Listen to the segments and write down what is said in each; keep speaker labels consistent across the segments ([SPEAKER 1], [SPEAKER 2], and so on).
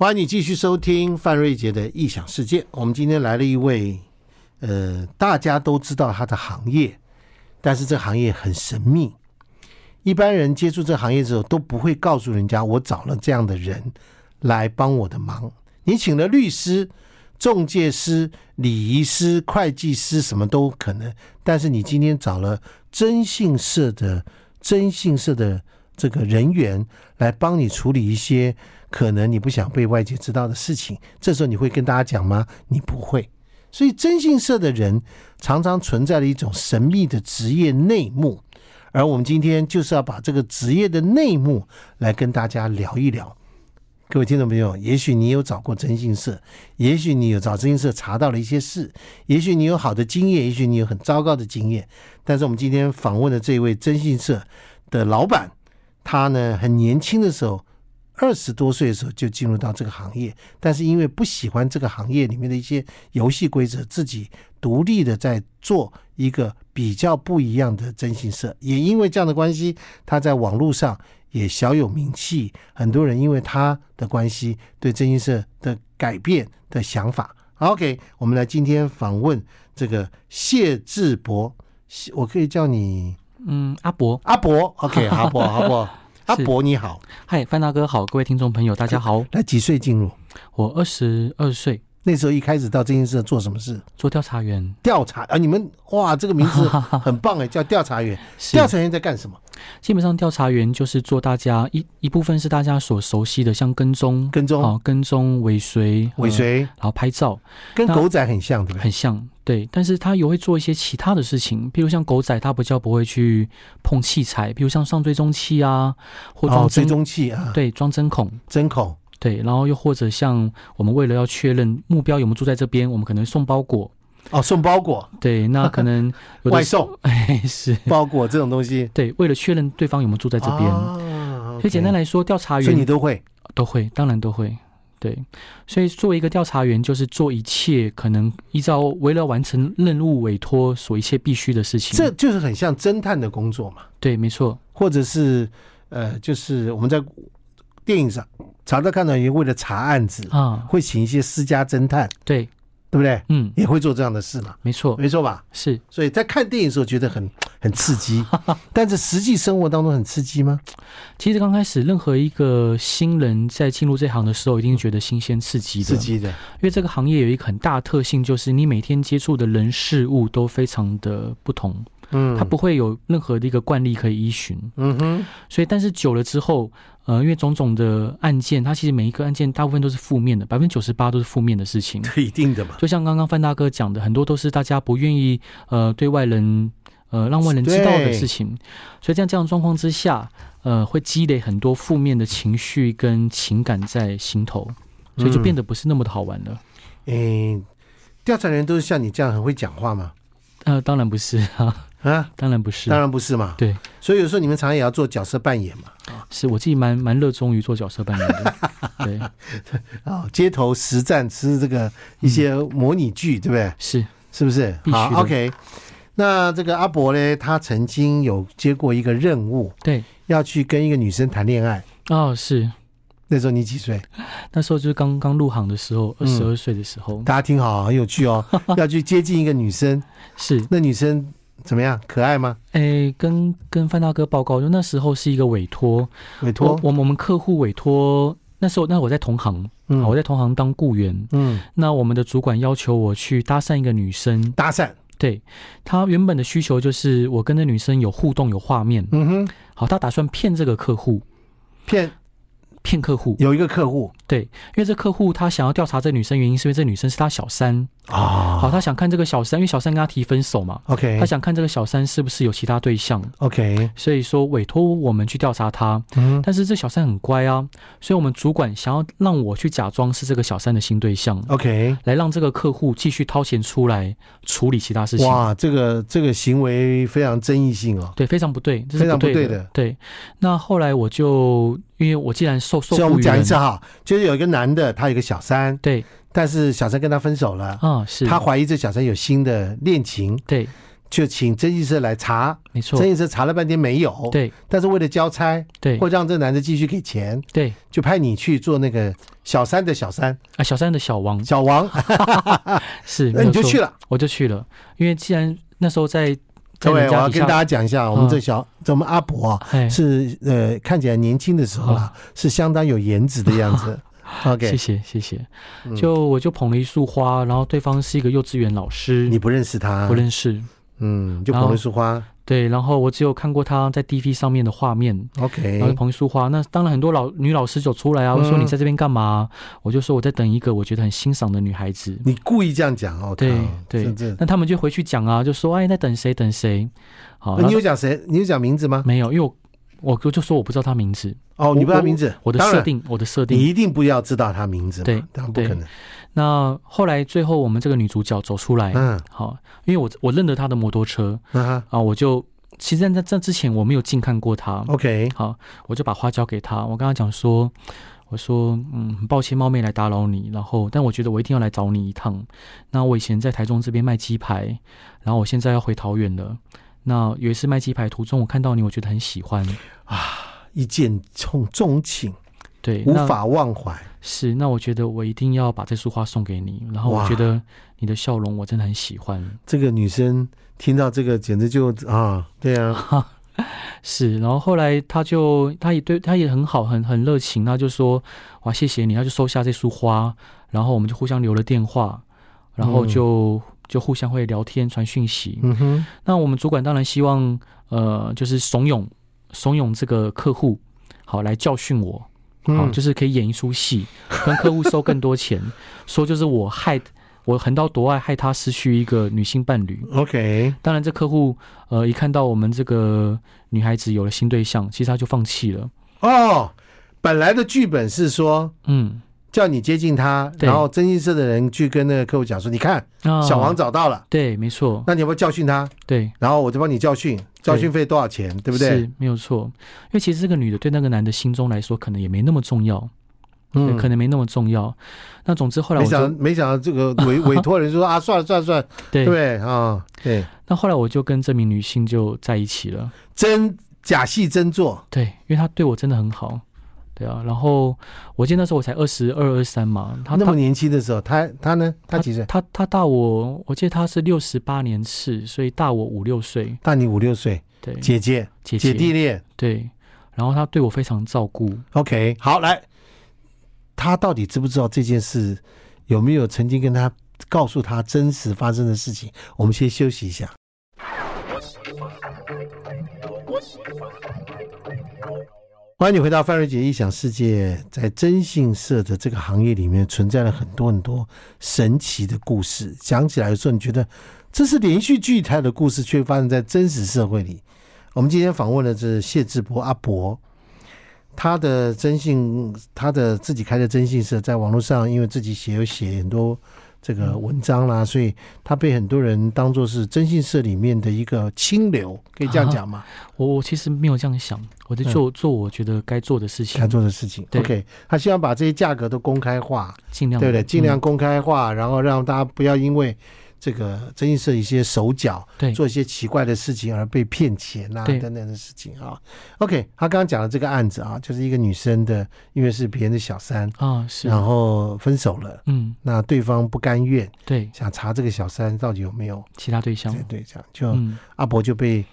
[SPEAKER 1] 欢迎你继续收听范瑞杰的异想世界。我们今天来了一位，呃，大家都知道他的行业，但是这行业很神秘。一般人接触这行业之后都不会告诉人家，我找了这样的人来帮我的忙。你请了律师、中介师、礼仪师、会计师，什么都可能，但是你今天找了征信社的征信社的这个人员来帮你处理一些可能你不想被外界知道的事情，这时候你会跟大家讲吗？你不会。所以征信社的人常常存在了一种神秘的职业内幕，而我们今天就是要把这个职业的内幕来跟大家聊一聊。各位听众朋友，也许你有找过征信社，也许你有找征信社查到了一些事，也许你有好的经验，也许你有很糟糕的经验。但是我们今天访问的这位征信社的老板，他呢很年轻的时候，二十多岁的时候就进入到这个行业，但是因为不喜欢这个行业里面的一些游戏规则，自己独立的在做一个比较不一样的征信社，也因为这样的关系，他在网络上也小有名气，很多人因为他的关系对征信社的改变的想法。好 OK，我们来今天访问这个谢志博，谢我可以叫你
[SPEAKER 2] 嗯，阿伯，
[SPEAKER 1] 阿伯，OK，阿伯，阿伯，阿伯你好，
[SPEAKER 2] 嗨，范大哥好，各位听众朋友，大家好，
[SPEAKER 1] 来几岁进入？
[SPEAKER 2] 我二十二岁，
[SPEAKER 1] 那时候一开始到这件事做什么事？
[SPEAKER 2] 做调查员，
[SPEAKER 1] 调查啊！你们哇，这个名 字很棒哎，叫调查员。
[SPEAKER 2] 是
[SPEAKER 1] 调查员在干什么？
[SPEAKER 2] 基本上调查员就是做大家一一部分是大家所熟悉的，像跟踪、
[SPEAKER 1] 跟踪、
[SPEAKER 2] 哦跟踪、尾随、
[SPEAKER 1] 尾
[SPEAKER 2] 呃
[SPEAKER 1] 随，
[SPEAKER 2] 然后拍照，
[SPEAKER 1] 跟
[SPEAKER 2] 那
[SPEAKER 1] 狗仔很像，对不对？
[SPEAKER 2] 很像。对，但是他也会做一些其他的事情，譬如像狗仔，他比较不会去碰器材，比如像上追踪器啊，或
[SPEAKER 1] 哦
[SPEAKER 2] 装，
[SPEAKER 1] 追
[SPEAKER 2] 针、
[SPEAKER 1] 踪器啊，
[SPEAKER 2] 对装针孔，
[SPEAKER 1] 针孔
[SPEAKER 2] 对，然后又或者像我们为了要确认目标有没有住在这边，我们可能送包裹，
[SPEAKER 1] 哦，送包裹、
[SPEAKER 2] 对，那 可能有的
[SPEAKER 1] 外
[SPEAKER 2] 时
[SPEAKER 1] 送、
[SPEAKER 2] 哎是，
[SPEAKER 1] 包裹这种东西，
[SPEAKER 2] 对，为了确认对方有没有住在这边，
[SPEAKER 1] 啊
[SPEAKER 2] 所以简单
[SPEAKER 1] 来，
[SPEAKER 2] 来说，调查
[SPEAKER 1] 所以你
[SPEAKER 2] 员
[SPEAKER 1] 都会
[SPEAKER 2] 都会，当然都会。对，所以作为一个调查员，就是做一切可能依照为了完成任务委托所一切必须的事情。
[SPEAKER 1] 这就是很像侦探的工作嘛，
[SPEAKER 2] 对，没错，
[SPEAKER 1] 或者是呃，就是我们在电影上常常看到，也为了查案子，
[SPEAKER 2] 啊，
[SPEAKER 1] 会请一些私家侦探，
[SPEAKER 2] 对，
[SPEAKER 1] 对不对？
[SPEAKER 2] 嗯，
[SPEAKER 1] 也会做这样的事嘛，
[SPEAKER 2] 没错，
[SPEAKER 1] 没错吧？
[SPEAKER 2] 是
[SPEAKER 1] 所以在看电影的时候觉得很很刺 激，但是实际生活当中很刺激吗？
[SPEAKER 2] 其实刚开始，任何一个新人在进入这行的时候，一定觉得新鲜刺激的，
[SPEAKER 1] 刺激的，
[SPEAKER 2] 因为这个行业有一个很大的特性，就是你每天接触的人事物都非常的不同，
[SPEAKER 1] 嗯，
[SPEAKER 2] 它不，会有任何的一个惯例可以依循。
[SPEAKER 1] 嗯哼，
[SPEAKER 2] 所以，但是久了之后，呃，因为种种的案件，它其实每一个案件大部分都是负面的，百分之九十八都是负面的事 情。
[SPEAKER 1] 这一定的嘛，
[SPEAKER 2] 就像刚刚范大哥讲的，很多都是大家不愿意呃对外人呃让外人知道的事情。所以这样这样的状况之下，呃，会积累很多负面的情绪跟情感在心头，所
[SPEAKER 1] 嗯
[SPEAKER 2] 以就变得不是那么的好玩了。
[SPEAKER 1] 诶，调查员都是像你这样很会讲话吗？
[SPEAKER 2] 呃，当然不是 啊，
[SPEAKER 1] 啊，
[SPEAKER 2] 当然不是
[SPEAKER 1] 当，然不是嘛，
[SPEAKER 2] 对，
[SPEAKER 1] 所以有时候你们常常也要做角色扮演嘛，
[SPEAKER 2] 是我自己蛮蛮热衷于做角色扮演 的。对，
[SPEAKER 1] 啊、街头实战吃这个一些模拟剧，对不对？
[SPEAKER 2] 是
[SPEAKER 1] 是不是？
[SPEAKER 2] 嗯必须
[SPEAKER 1] 好
[SPEAKER 2] 的
[SPEAKER 1] ，OK。那这个阿伯呢，他曾经有接过一个任务，
[SPEAKER 2] 对，
[SPEAKER 1] 要去跟一个女生谈恋爱。
[SPEAKER 2] 哦，是。
[SPEAKER 1] 那时候你几岁？
[SPEAKER 2] 那时候就是刚刚入行的时候，
[SPEAKER 1] 嗯
[SPEAKER 2] 二十二岁的时候，
[SPEAKER 1] 大家听好，很有趣 哦。要去接近一个女生，
[SPEAKER 2] 是
[SPEAKER 1] 那女生怎么样？可爱吗？
[SPEAKER 2] 诶、跟跟范大哥报告，就那时候是一个委托，
[SPEAKER 1] 委
[SPEAKER 2] 我
[SPEAKER 1] 托，
[SPEAKER 2] 我们我们客户委托，那时候那我在同行，啊
[SPEAKER 1] 嗯
[SPEAKER 2] 我在同行当雇员，
[SPEAKER 1] 嗯，
[SPEAKER 2] 那我们的主管要求我去搭讪一个女生，
[SPEAKER 1] 搭讪，
[SPEAKER 2] 对他原本的需求就是我跟那女生有互动有画面，
[SPEAKER 1] 嗯哼，
[SPEAKER 2] 好，他打算骗这个客户，
[SPEAKER 1] 骗
[SPEAKER 2] 骗客户，
[SPEAKER 1] 有一个客户
[SPEAKER 2] 对，因为这客户他想要调查这女生，原因是因为这女生是他小三，
[SPEAKER 1] 啊
[SPEAKER 2] 好，他想看这个小三，因为小三跟他提分手嘛，
[SPEAKER 1] ，OK，
[SPEAKER 2] 他想看这个小三是不是有其他对象。
[SPEAKER 1] OK，
[SPEAKER 2] 所以说委托我们去调查他，
[SPEAKER 1] 嗯，
[SPEAKER 2] 但是这小三很乖啊，所以我们主管想要让我去假装是这个小三的新对象，
[SPEAKER 1] OK，
[SPEAKER 2] 来让这个客户继续掏钱出来处理其他事情。
[SPEAKER 1] 哇，这个这个行为非常争议性哦，
[SPEAKER 2] 对，非常不对，这是
[SPEAKER 1] 非常不
[SPEAKER 2] 对
[SPEAKER 1] 对的
[SPEAKER 2] 对，那后来我就因为我既然受受
[SPEAKER 1] 所以我
[SPEAKER 2] 雇
[SPEAKER 1] 们
[SPEAKER 2] 于
[SPEAKER 1] 讲一
[SPEAKER 2] 人
[SPEAKER 1] 次，哈，就是有一个男的，他有一个小三，
[SPEAKER 2] 对
[SPEAKER 1] 但是小三跟他分手了，
[SPEAKER 2] 啊、是
[SPEAKER 1] 他怀疑这小三有新的恋情，
[SPEAKER 2] 对
[SPEAKER 1] 就请征信社来查，
[SPEAKER 2] 没错
[SPEAKER 1] 征，信社查了半天没有，
[SPEAKER 2] 对
[SPEAKER 1] 但是为了交差
[SPEAKER 2] 对
[SPEAKER 1] 或让这男的继续给钱，
[SPEAKER 2] 对
[SPEAKER 1] 就派你去做那个小三的小三
[SPEAKER 2] 啊，小三的小王
[SPEAKER 1] 小王，
[SPEAKER 2] 嗯是，
[SPEAKER 1] 那你就去
[SPEAKER 2] 了，
[SPEAKER 1] 了。
[SPEAKER 2] 我就去了，因为既然那时候在在
[SPEAKER 1] 各位，
[SPEAKER 2] 人
[SPEAKER 1] 我
[SPEAKER 2] 家嗯
[SPEAKER 1] 要
[SPEAKER 2] 底
[SPEAKER 1] 跟大
[SPEAKER 2] 下，
[SPEAKER 1] 家讲一下，我们这小这我们阿伯啊，
[SPEAKER 2] 哎，
[SPEAKER 1] 是呃看起来年轻的时候啦，是相当有颜值的样子。
[SPEAKER 2] 嗯谢
[SPEAKER 1] OK，
[SPEAKER 2] 谢谢谢
[SPEAKER 1] 嗯，
[SPEAKER 2] 就我就捧了一束花，然后对方是一个幼稚园老师，
[SPEAKER 1] 你不啊认识他，
[SPEAKER 2] 不认识，
[SPEAKER 1] 嗯，就
[SPEAKER 2] 然
[SPEAKER 1] 捧
[SPEAKER 2] 后
[SPEAKER 1] 了一束花。
[SPEAKER 2] 对，然后我只有看过他在 DV 上面的画面。然后就
[SPEAKER 1] OK，
[SPEAKER 2] 捧一束花，那当然很多老女老师走出来啊，
[SPEAKER 1] 嗯
[SPEAKER 2] 我说你在这边干嘛？我就说我在等一个我觉得很欣赏的女孩子。
[SPEAKER 1] 你故意这样讲哦，
[SPEAKER 2] 对
[SPEAKER 1] 靠
[SPEAKER 2] 对
[SPEAKER 1] 真的
[SPEAKER 2] 那他们就回去讲啊，就说哎，在等谁等谁。好，
[SPEAKER 1] 呃
[SPEAKER 2] 然
[SPEAKER 1] 你有
[SPEAKER 2] 后
[SPEAKER 1] 讲谁？你有讲名字吗？
[SPEAKER 2] 没有，因为我我我就说我不知道他名字，
[SPEAKER 1] 哦，你不知道名字，
[SPEAKER 2] 我的
[SPEAKER 1] 当
[SPEAKER 2] 设
[SPEAKER 1] 然，
[SPEAKER 2] 定，我的设
[SPEAKER 1] 你
[SPEAKER 2] 定。
[SPEAKER 1] 一定不要知道他名字嘛，
[SPEAKER 2] 对
[SPEAKER 1] 当然不可能。
[SPEAKER 2] 那后来最后我们这个女主角走出来，
[SPEAKER 1] 嗯
[SPEAKER 2] 好，因为我我认得她的摩托车
[SPEAKER 1] 嗯哈
[SPEAKER 2] 啊，我就其实在在这之前我没有近看过她，
[SPEAKER 1] ，OK，
[SPEAKER 2] 好，我就把花交给她，我跟她讲说。我说，嗯，很抱歉，冒昧来打扰你。然后，但我觉得我一定要来找你一趟。那我以前在台中这边卖鸡排，然后我现在要回桃园了。那有一次卖鸡排途中，我看到你，我觉得很喜欢。
[SPEAKER 1] 一见钟钟情，
[SPEAKER 2] 对，
[SPEAKER 1] 无
[SPEAKER 2] 那
[SPEAKER 1] 法忘怀。
[SPEAKER 2] 是，那我觉得我一定要把这束花送给你。然后我
[SPEAKER 1] 哇
[SPEAKER 2] 觉得你的笑容我真的很喜欢。
[SPEAKER 1] 这个女生听到这个，简直就啊，对 啊，
[SPEAKER 2] 是，然后后来他就他也对他也很好，很很热情，他就说哇谢谢你，他就收下这束花，然后我们就互相留了电话，然后
[SPEAKER 1] 嗯
[SPEAKER 2] 就、就互相会聊天传讯息。
[SPEAKER 1] 嗯哼，
[SPEAKER 2] 那我们主管当然希望呃就是怂恿怂恿这个客户好来教训我，好、
[SPEAKER 1] 嗯，
[SPEAKER 2] 就是可以演一出戏，跟客户收更多钱， 说就是我害我横刀夺爱，害他失去一个女性伴侣。
[SPEAKER 1] OK，
[SPEAKER 2] 当然，这客户呃一看到我们这个女孩子有了新对象，其实他就放弃了。
[SPEAKER 1] 哦，本来的剧本是说
[SPEAKER 2] 嗯，
[SPEAKER 1] 叫你接近他，
[SPEAKER 2] 对哦
[SPEAKER 1] 然后征信社的人去跟那个客户讲说，你看
[SPEAKER 2] 那
[SPEAKER 1] 小王找到了，
[SPEAKER 2] 对，没错，
[SPEAKER 1] 那你要不要教训他？
[SPEAKER 2] 对，
[SPEAKER 1] 然后我就帮你教训，教训费多少钱，对不对？
[SPEAKER 2] 是没有错。因为其实这个女的对那个男的心中来说，可能也没那么重要，对，可能没那么重要。那总之后
[SPEAKER 1] 嗯
[SPEAKER 2] 来
[SPEAKER 1] 没
[SPEAKER 2] 我
[SPEAKER 1] 想
[SPEAKER 2] 就
[SPEAKER 1] 到没想到这个 委委托人说啊，算了算了算了，对
[SPEAKER 2] 对
[SPEAKER 1] 不，对啊？对，
[SPEAKER 2] 那后来我就跟这名女性就在一起了。
[SPEAKER 1] 真假戏真做，
[SPEAKER 2] 对，因为他对我真的很好，对啊。然后我记得那时候我才二十二、二三嘛，他
[SPEAKER 1] 那么
[SPEAKER 2] 他
[SPEAKER 1] 年轻的时候，他他呢？他几岁？
[SPEAKER 2] 他他大我，我记得他是六十八年次，所以大我五六岁。
[SPEAKER 1] 大你五六岁，
[SPEAKER 2] 对，
[SPEAKER 1] 姐姐
[SPEAKER 2] 姐
[SPEAKER 1] 姐弟恋。
[SPEAKER 2] 对，然后他对我非常照顾。
[SPEAKER 1] OK，好，来，他到底知不知道这件事？有没有曾经跟他告诉他真实发生的事情？我们先休息一下。欢迎你回到范瑞杰异想世界，在征信社的这个行业里面，存在了很多很多神奇的故事。讲起来的时候，你觉得这是连续剧态的故事，却发生在真实社会里。我们今天访问的是谢志博阿伯，他的征信，他的自己开的征信社，在网络上，因为自己写有写很多这个文章啦，所以他被很多人当做是征信社里面的一个清流，可以这样讲吗？
[SPEAKER 2] 我我其实没有这样想，
[SPEAKER 1] 嗯
[SPEAKER 2] 我在做、做我觉得该做的事情
[SPEAKER 1] 他，做的事情
[SPEAKER 2] 对
[SPEAKER 1] ，OK，他希望把这些价格都公开化，
[SPEAKER 2] 尽量
[SPEAKER 1] 对不对？
[SPEAKER 2] 嗯
[SPEAKER 1] 尽量公开化，然后让大家不要因为这个征信社一些手脚，
[SPEAKER 2] 对
[SPEAKER 1] 做一些奇怪的事情而被骗钱啊
[SPEAKER 2] 对
[SPEAKER 1] 等等的事情啊。OK，他刚刚讲的这个案子啊，就是一个女生的，因为是别人的小三，
[SPEAKER 2] 啊，是，
[SPEAKER 1] 然后分手了。
[SPEAKER 2] 嗯，
[SPEAKER 1] 那对方不甘愿，
[SPEAKER 2] 对，
[SPEAKER 1] 想查这个小三到底有没有
[SPEAKER 2] 其他对象
[SPEAKER 1] 对，对，这样就、
[SPEAKER 2] 嗯，
[SPEAKER 1] 阿伯就被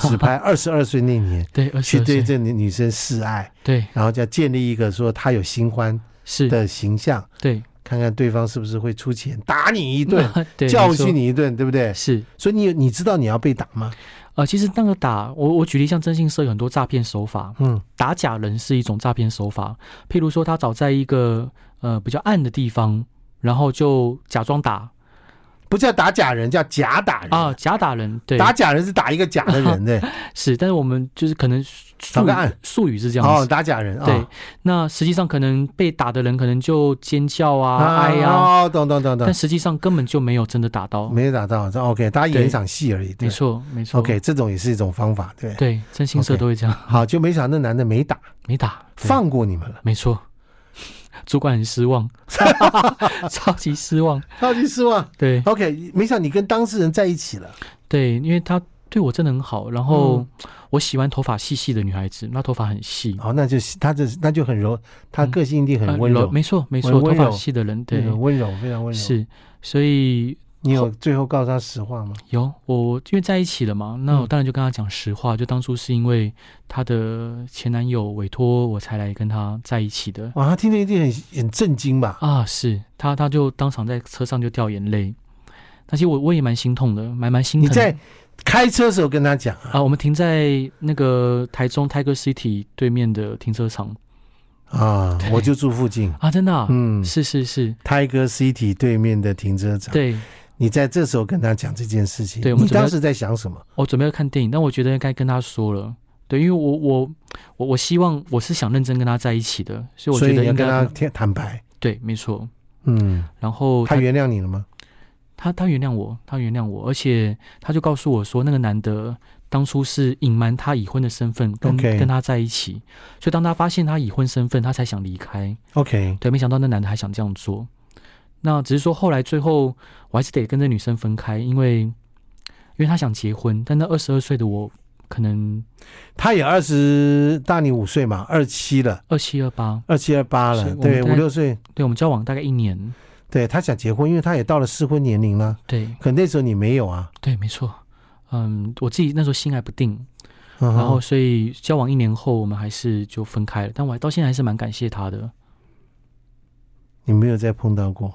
[SPEAKER 1] 指 派二十二岁那年
[SPEAKER 2] 对，而
[SPEAKER 1] 去
[SPEAKER 2] 且
[SPEAKER 1] 对这女女生示爱，
[SPEAKER 2] 对
[SPEAKER 1] 然后就要建立一个说她有新欢
[SPEAKER 2] 是，
[SPEAKER 1] 的形象，
[SPEAKER 2] 对，
[SPEAKER 1] 看看对方是不是会出钱打你一顿，
[SPEAKER 2] 对，
[SPEAKER 1] 教
[SPEAKER 2] 没错
[SPEAKER 1] 训你一顿，对不对？
[SPEAKER 2] 是。
[SPEAKER 1] 所以你有你知道你要被打吗？
[SPEAKER 2] 呃，其实那个打我我举例，像征信社有很多诈骗手法，
[SPEAKER 1] 嗯
[SPEAKER 2] 打假人是一种诈骗手法。譬如说，他找在一个呃比较暗的地方，然后就假装打
[SPEAKER 1] 不叫打假人，叫假打人
[SPEAKER 2] 啊，。假打人，
[SPEAKER 1] 哎
[SPEAKER 2] 对，
[SPEAKER 1] 打假人是打一个假的人 对，
[SPEAKER 2] 是，但是我们就是可能
[SPEAKER 1] 找
[SPEAKER 2] 术
[SPEAKER 1] 个
[SPEAKER 2] 语
[SPEAKER 1] 暗
[SPEAKER 2] 术语是这样
[SPEAKER 1] 哦，
[SPEAKER 2] 子。
[SPEAKER 1] 打假人啊，
[SPEAKER 2] 对，那实际上可能被打的人可能就尖叫啊、哀啊，
[SPEAKER 1] 哦，懂懂懂懂
[SPEAKER 2] 但，实际上根本就没有真的打到。
[SPEAKER 1] 没有打到，这 OK，大家演一
[SPEAKER 2] 对
[SPEAKER 1] 场戏而已，对
[SPEAKER 2] 没错，没错。
[SPEAKER 1] OK，这种也是一种方法，对。
[SPEAKER 2] 对，征信社
[SPEAKER 1] OK
[SPEAKER 2] 都会这样，
[SPEAKER 1] 好，就没想到那男的没打，
[SPEAKER 2] 没打，对
[SPEAKER 1] 放过你们了，
[SPEAKER 2] 没错。 主管很失望， 超级失望。
[SPEAKER 1] 超级失望。
[SPEAKER 2] 对
[SPEAKER 1] OK，没想到你跟当事人在一起了，
[SPEAKER 2] 对，因为她对我真的很好，然后
[SPEAKER 1] 嗯
[SPEAKER 2] 我喜欢头发细细的女孩子，那头发很细，
[SPEAKER 1] 哦，那就是他这那就很柔，他个性一定很温
[SPEAKER 2] 呃
[SPEAKER 1] 柔，
[SPEAKER 2] 没错没错，
[SPEAKER 1] 很
[SPEAKER 2] 头
[SPEAKER 1] 温
[SPEAKER 2] 发
[SPEAKER 1] 柔
[SPEAKER 2] 细的人
[SPEAKER 1] 对，
[SPEAKER 2] 对
[SPEAKER 1] 很温柔，非常温柔。，
[SPEAKER 2] 是，所以
[SPEAKER 1] 你有最后告诉他实话吗？
[SPEAKER 2] 有我因为在一起了嘛，那我
[SPEAKER 1] 嗯
[SPEAKER 2] 当然就跟她讲实话，就当初是因为她的前男友委托我才来跟她在一起的
[SPEAKER 1] 哇，他听了一定很很震惊吧？
[SPEAKER 2] 啊，是她她就当场在车上就掉眼泪，那其实我我也蛮心痛的，蛮蛮心
[SPEAKER 1] 你
[SPEAKER 2] 疼的。
[SPEAKER 1] 在开车的时候跟他讲
[SPEAKER 2] 啊，我们停在那个台中 Tiger City 对面的停车场
[SPEAKER 1] 啊，
[SPEAKER 2] 对
[SPEAKER 1] 我就住附近，
[SPEAKER 2] 啊，真的、啊，
[SPEAKER 1] 嗯
[SPEAKER 2] 是是是，
[SPEAKER 1] ，Tiger City 对啊面的停车场。
[SPEAKER 2] 对
[SPEAKER 1] 你在这时候跟他讲这件事情，
[SPEAKER 2] 对我们
[SPEAKER 1] 你
[SPEAKER 2] 准备
[SPEAKER 1] 当时在想什么？
[SPEAKER 2] 我准备要看电影，但我觉得该跟他说了，对，因为我我我我希望我是想认真跟他在一起的，所以我
[SPEAKER 1] 所
[SPEAKER 2] 觉
[SPEAKER 1] 以
[SPEAKER 2] 得
[SPEAKER 1] 你要
[SPEAKER 2] 应
[SPEAKER 1] 跟
[SPEAKER 2] 该
[SPEAKER 1] 他坦坦白，
[SPEAKER 2] 对，没错。
[SPEAKER 1] 嗯，
[SPEAKER 2] 然后
[SPEAKER 1] 他
[SPEAKER 2] 他
[SPEAKER 1] 原谅你了吗？
[SPEAKER 2] 他他原谅我，他原谅我，而且他就告诉我说，那个男的当初是隐瞒他已婚的身份跟
[SPEAKER 1] OK
[SPEAKER 2] 跟他在一起，所以当他发现他已婚身份，他才想离开。
[SPEAKER 1] OK，
[SPEAKER 2] 对，没想到那男的还想这样做。那只是说后来最后我还是得跟这女生分开，因为因为她想结婚，但那二十二岁的我可能
[SPEAKER 1] 他也二十大你五岁嘛，二七了，
[SPEAKER 2] 二七二八，
[SPEAKER 1] 二七二八
[SPEAKER 2] 是
[SPEAKER 1] 了，
[SPEAKER 2] 我们
[SPEAKER 1] 对，
[SPEAKER 2] 大概
[SPEAKER 1] 五六岁，
[SPEAKER 2] 对我们交往大概一年，
[SPEAKER 1] 对他想结婚，因为他也到了适婚年龄了，
[SPEAKER 2] 对
[SPEAKER 1] 可那时候你没有啊，
[SPEAKER 2] 对，没错。嗯，我自己那时候心还不定，
[SPEAKER 1] 嗯哼
[SPEAKER 2] 然后所以交往一年后，我们还是就分开了。但我还到现在还是蛮感谢他的。
[SPEAKER 1] 你没有再碰到过，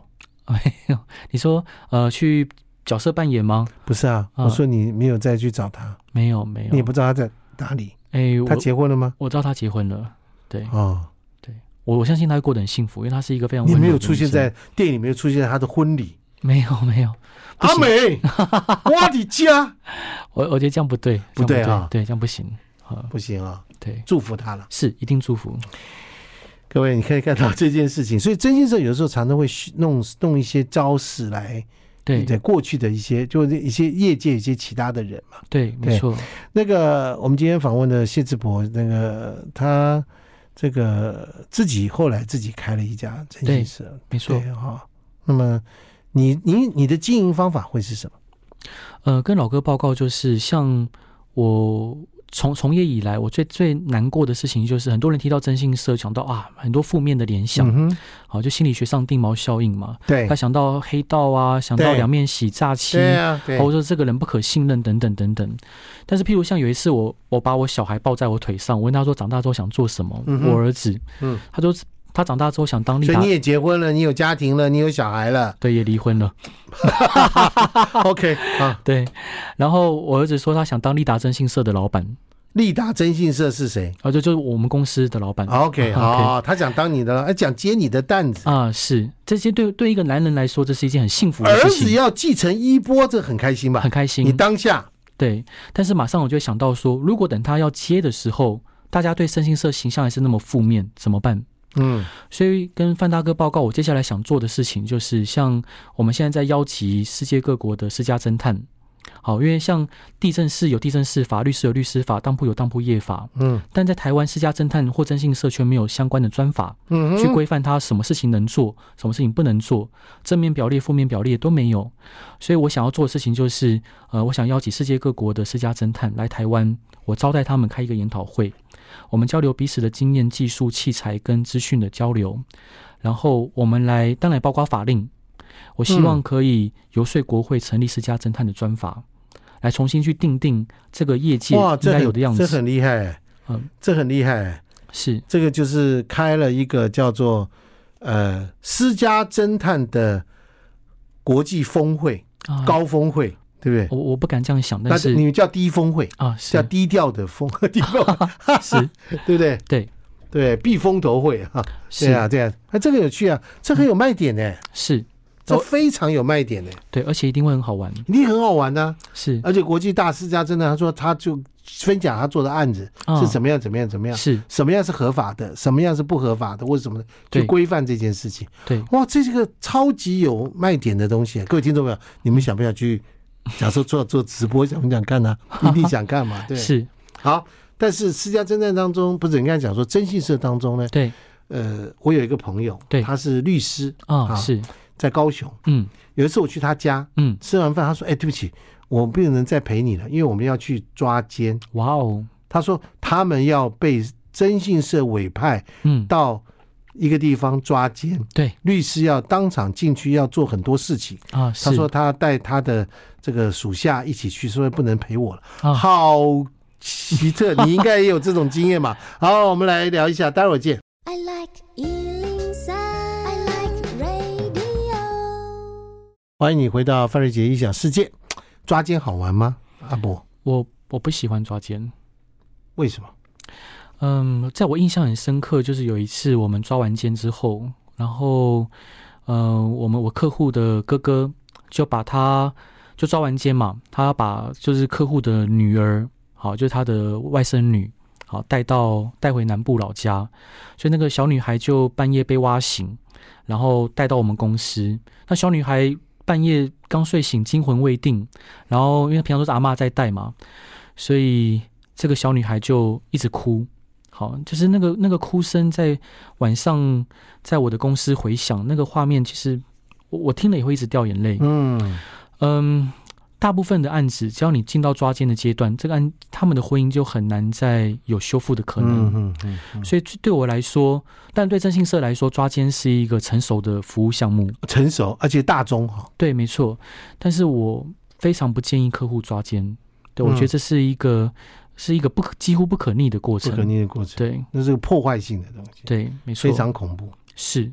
[SPEAKER 2] 你说，呃，去角色扮演吗？
[SPEAKER 1] 不是啊？
[SPEAKER 2] 啊
[SPEAKER 1] 我说你没有再去找他，
[SPEAKER 2] 没有，没
[SPEAKER 1] 你也
[SPEAKER 2] 有。
[SPEAKER 1] 不知道他在哪里，
[SPEAKER 2] 哎，我
[SPEAKER 1] 他结婚了吗？
[SPEAKER 2] 我知道他结婚了，对
[SPEAKER 1] 哦，
[SPEAKER 2] 我我相信他会过得很幸福，因为他是一个非常
[SPEAKER 1] 你
[SPEAKER 2] 温
[SPEAKER 1] 没
[SPEAKER 2] 柔
[SPEAKER 1] 有
[SPEAKER 2] 的
[SPEAKER 1] 出
[SPEAKER 2] 女
[SPEAKER 1] 现
[SPEAKER 2] 生
[SPEAKER 1] 在电影里，没有出现在他的婚礼。
[SPEAKER 2] 没有没有，不
[SPEAKER 1] 阿
[SPEAKER 2] 行
[SPEAKER 1] 美， 我的家
[SPEAKER 2] 我我觉得这样不对，
[SPEAKER 1] 不
[SPEAKER 2] 这样
[SPEAKER 1] 对啊
[SPEAKER 2] 对，这样不行啊，
[SPEAKER 1] 不行啊，
[SPEAKER 2] 对，
[SPEAKER 1] 祝福他了。
[SPEAKER 2] 是一定祝福，
[SPEAKER 1] 各位，你可以看到这件事情，所以真心社有时候常常会虚弄弄一些招式来
[SPEAKER 2] 对
[SPEAKER 1] 在过去的一些，就是一些业界一些其他的人嘛。
[SPEAKER 2] 对，没错，
[SPEAKER 1] 那个我们今天访问的谢志博，那个他这个自己后来自己开了一家真心社，
[SPEAKER 2] 没错，
[SPEAKER 1] 对哈、那么你你你的经营方法会是什么？
[SPEAKER 2] 呃，跟老哥报告就是，像我从从业以来，我最最难过的事情就是，很多人提到征信社，想到啊很多负面的联想，
[SPEAKER 1] 嗯哼、
[SPEAKER 2] 好、就心理学上定锚效应嘛，
[SPEAKER 1] 对
[SPEAKER 2] 他想到黑道啊，想到
[SPEAKER 1] 对
[SPEAKER 2] 两面洗诈欺。
[SPEAKER 1] 对啊，对
[SPEAKER 2] 或者说这个人不可信任等等等等，但是譬如像有一次我我把我小孩抱在我腿上，我问他说长大之后想做什么，
[SPEAKER 1] 嗯哼
[SPEAKER 2] 我儿子，
[SPEAKER 1] 嗯，
[SPEAKER 2] 他说他长大之后想当利
[SPEAKER 1] 所以
[SPEAKER 2] 达
[SPEAKER 1] 你，也结婚了，你有家庭了，你有小孩 了
[SPEAKER 2] 对，也离婚了，
[SPEAKER 1] ，OK 啊？
[SPEAKER 2] 对。然后我儿子说他想当利达征信社的老板，
[SPEAKER 1] 利达征信社是谁
[SPEAKER 2] 啊，就就是我们公司的老板。
[SPEAKER 1] ？OK，
[SPEAKER 2] 嗯 OK
[SPEAKER 1] 好、他想当你的了，哎，想接你的担子，
[SPEAKER 2] 啊，是这些对对一个男人来说，这是一件很幸福的
[SPEAKER 1] 儿
[SPEAKER 2] 事
[SPEAKER 1] 子
[SPEAKER 2] 情，
[SPEAKER 1] 要继承衣钵，这很开心吧
[SPEAKER 2] 很？开
[SPEAKER 1] 你
[SPEAKER 2] 心。
[SPEAKER 1] 当下
[SPEAKER 2] 对，但是马上我就会想到说，如果等他要接的时候，大家对征信社形象还是那么负面，怎么办？
[SPEAKER 1] 嗯
[SPEAKER 2] 所以跟范大哥报告，我接下来想做的事情就是，像我们现在在邀集世界各国的私家侦探，好，因为像地震室有地震室法，律师有律师法，当铺有当铺业法，
[SPEAKER 1] 嗯
[SPEAKER 2] 但在台湾私家侦探或征信社却没有相关的专法
[SPEAKER 1] 嗯
[SPEAKER 2] 去
[SPEAKER 1] 哼
[SPEAKER 2] 规范他什么事情能做，什么事情不能做，正面表列、负面表列都没有。所以我想要做的事情就是，呃，我想邀请世界各国的私家侦探来台湾，我招待他们开一个研讨会，我们交流彼此的经验、技术、器材跟资讯的交流，然后我们来，当然包括法令，我希
[SPEAKER 1] 嗯
[SPEAKER 2] 望可以游说国会成立私家侦探的专法。来重新去定定这个业界
[SPEAKER 1] 哇，
[SPEAKER 2] 应
[SPEAKER 1] 这
[SPEAKER 2] 该
[SPEAKER 1] 很
[SPEAKER 2] 有的样
[SPEAKER 1] 这
[SPEAKER 2] 子，
[SPEAKER 1] 很厉害，
[SPEAKER 2] 嗯，
[SPEAKER 1] 这很厉害，
[SPEAKER 2] 是
[SPEAKER 1] 这个就是开了一个叫做呃私家侦探的国际峰会、
[SPEAKER 2] 啊
[SPEAKER 1] 高峰会，对不对？
[SPEAKER 2] 我我不敢这样想，
[SPEAKER 1] 那
[SPEAKER 2] 但是
[SPEAKER 1] 你们叫低峰会，
[SPEAKER 2] 啊，
[SPEAKER 1] 叫
[SPEAKER 2] 是
[SPEAKER 1] 低调的峰 低峰，
[SPEAKER 2] 是，
[SPEAKER 1] 对不对？
[SPEAKER 2] 对
[SPEAKER 1] 对，避风头会啊，对
[SPEAKER 2] 是嗯
[SPEAKER 1] 啊，对啊，那这个有趣啊，这很有卖点呢、
[SPEAKER 2] 是，
[SPEAKER 1] 这非常有卖点呢、
[SPEAKER 2] 对，而且一定会很好玩，
[SPEAKER 1] 一定很好玩的、啊
[SPEAKER 2] 是
[SPEAKER 1] 而且国际大师家真的，他说他就分享他做的案子
[SPEAKER 2] 啊
[SPEAKER 1] 呃是怎么样，怎么样，怎么样，
[SPEAKER 2] 是，
[SPEAKER 1] 什么样是合法的，什么样是不合法的，为什么呢？
[SPEAKER 2] 对
[SPEAKER 1] 去规范这件事情。
[SPEAKER 2] 对，
[SPEAKER 1] 哇，这是个超级有卖点的东西、各位听众朋友，你们想不想去？假设做做直播，想不想看 呢、一定想看嘛，对。
[SPEAKER 2] 是，
[SPEAKER 1] 好，但是私家侦探当中，不是你刚才讲说征信社当中呢？
[SPEAKER 2] 对
[SPEAKER 1] 呃，我有一个朋友，
[SPEAKER 2] 对
[SPEAKER 1] 他是律师，
[SPEAKER 2] 啊，
[SPEAKER 1] 好
[SPEAKER 2] 是，
[SPEAKER 1] 在高雄。
[SPEAKER 2] 嗯
[SPEAKER 1] 有一次我去他家
[SPEAKER 2] 嗯
[SPEAKER 1] 吃完饭，他说：“哎，对不起，我不能再陪你了，因为我们要去抓奸。
[SPEAKER 2] 哇哦，
[SPEAKER 1] 他说他们要被征信社委派
[SPEAKER 2] 嗯，
[SPEAKER 1] 到一个地方抓奸，
[SPEAKER 2] 对
[SPEAKER 1] 律师要当场进去要做很多事情。
[SPEAKER 2] 啊，
[SPEAKER 1] 他
[SPEAKER 2] 是
[SPEAKER 1] 说他带他的这个属下一起去，所以不能陪我了。
[SPEAKER 2] 啊，
[SPEAKER 1] 好奇特，你应该也有这种经验吧？ 好，我们来聊一下，待会儿见。
[SPEAKER 3] I like Ealing Sound. I like radio.
[SPEAKER 1] 欢迎你回到范瑞杰异想世界。抓奸好玩吗？阿伯，
[SPEAKER 2] 我我不喜欢抓奸。
[SPEAKER 1] 为什么？
[SPEAKER 2] 嗯，在我印象很深刻，就是有一次我们抓完奸之后，然后呃，我们我客户的哥哥就把他就抓完奸嘛，他把就是客户的女儿，好，就是他的外甥女，好带到带回南部老家，所以那个小女孩就半夜被挖醒，然后带到我们公司。那小女孩半夜刚睡醒，惊魂未定，然后因为平常都是阿嬷在带嘛，所以这个小女孩就一直哭。好，就是那个那个哭声在晚上在我的公司回响，那个画面其实我我听了也会一直掉眼泪。
[SPEAKER 1] 嗯，
[SPEAKER 2] 嗯，大部分的案子，只要你进到抓奸的阶段，这个案他们的婚姻就很难再有修复的可能。
[SPEAKER 1] 嗯嗯嗯，
[SPEAKER 2] 所以对我来说，但对征信社来说，抓奸是一个成熟的服务项目。
[SPEAKER 1] 成熟而且大众哈，
[SPEAKER 2] 对，没错。但是我非常不建议客户抓奸。对，我觉得
[SPEAKER 1] 嗯
[SPEAKER 2] 这是一个、是一个不可几乎不可逆的过
[SPEAKER 1] 不
[SPEAKER 2] 程。
[SPEAKER 1] 可逆的过程，
[SPEAKER 2] 对
[SPEAKER 1] 那是个破坏性的东西，
[SPEAKER 2] 对，没错。
[SPEAKER 1] 非常恐怖。
[SPEAKER 2] 是，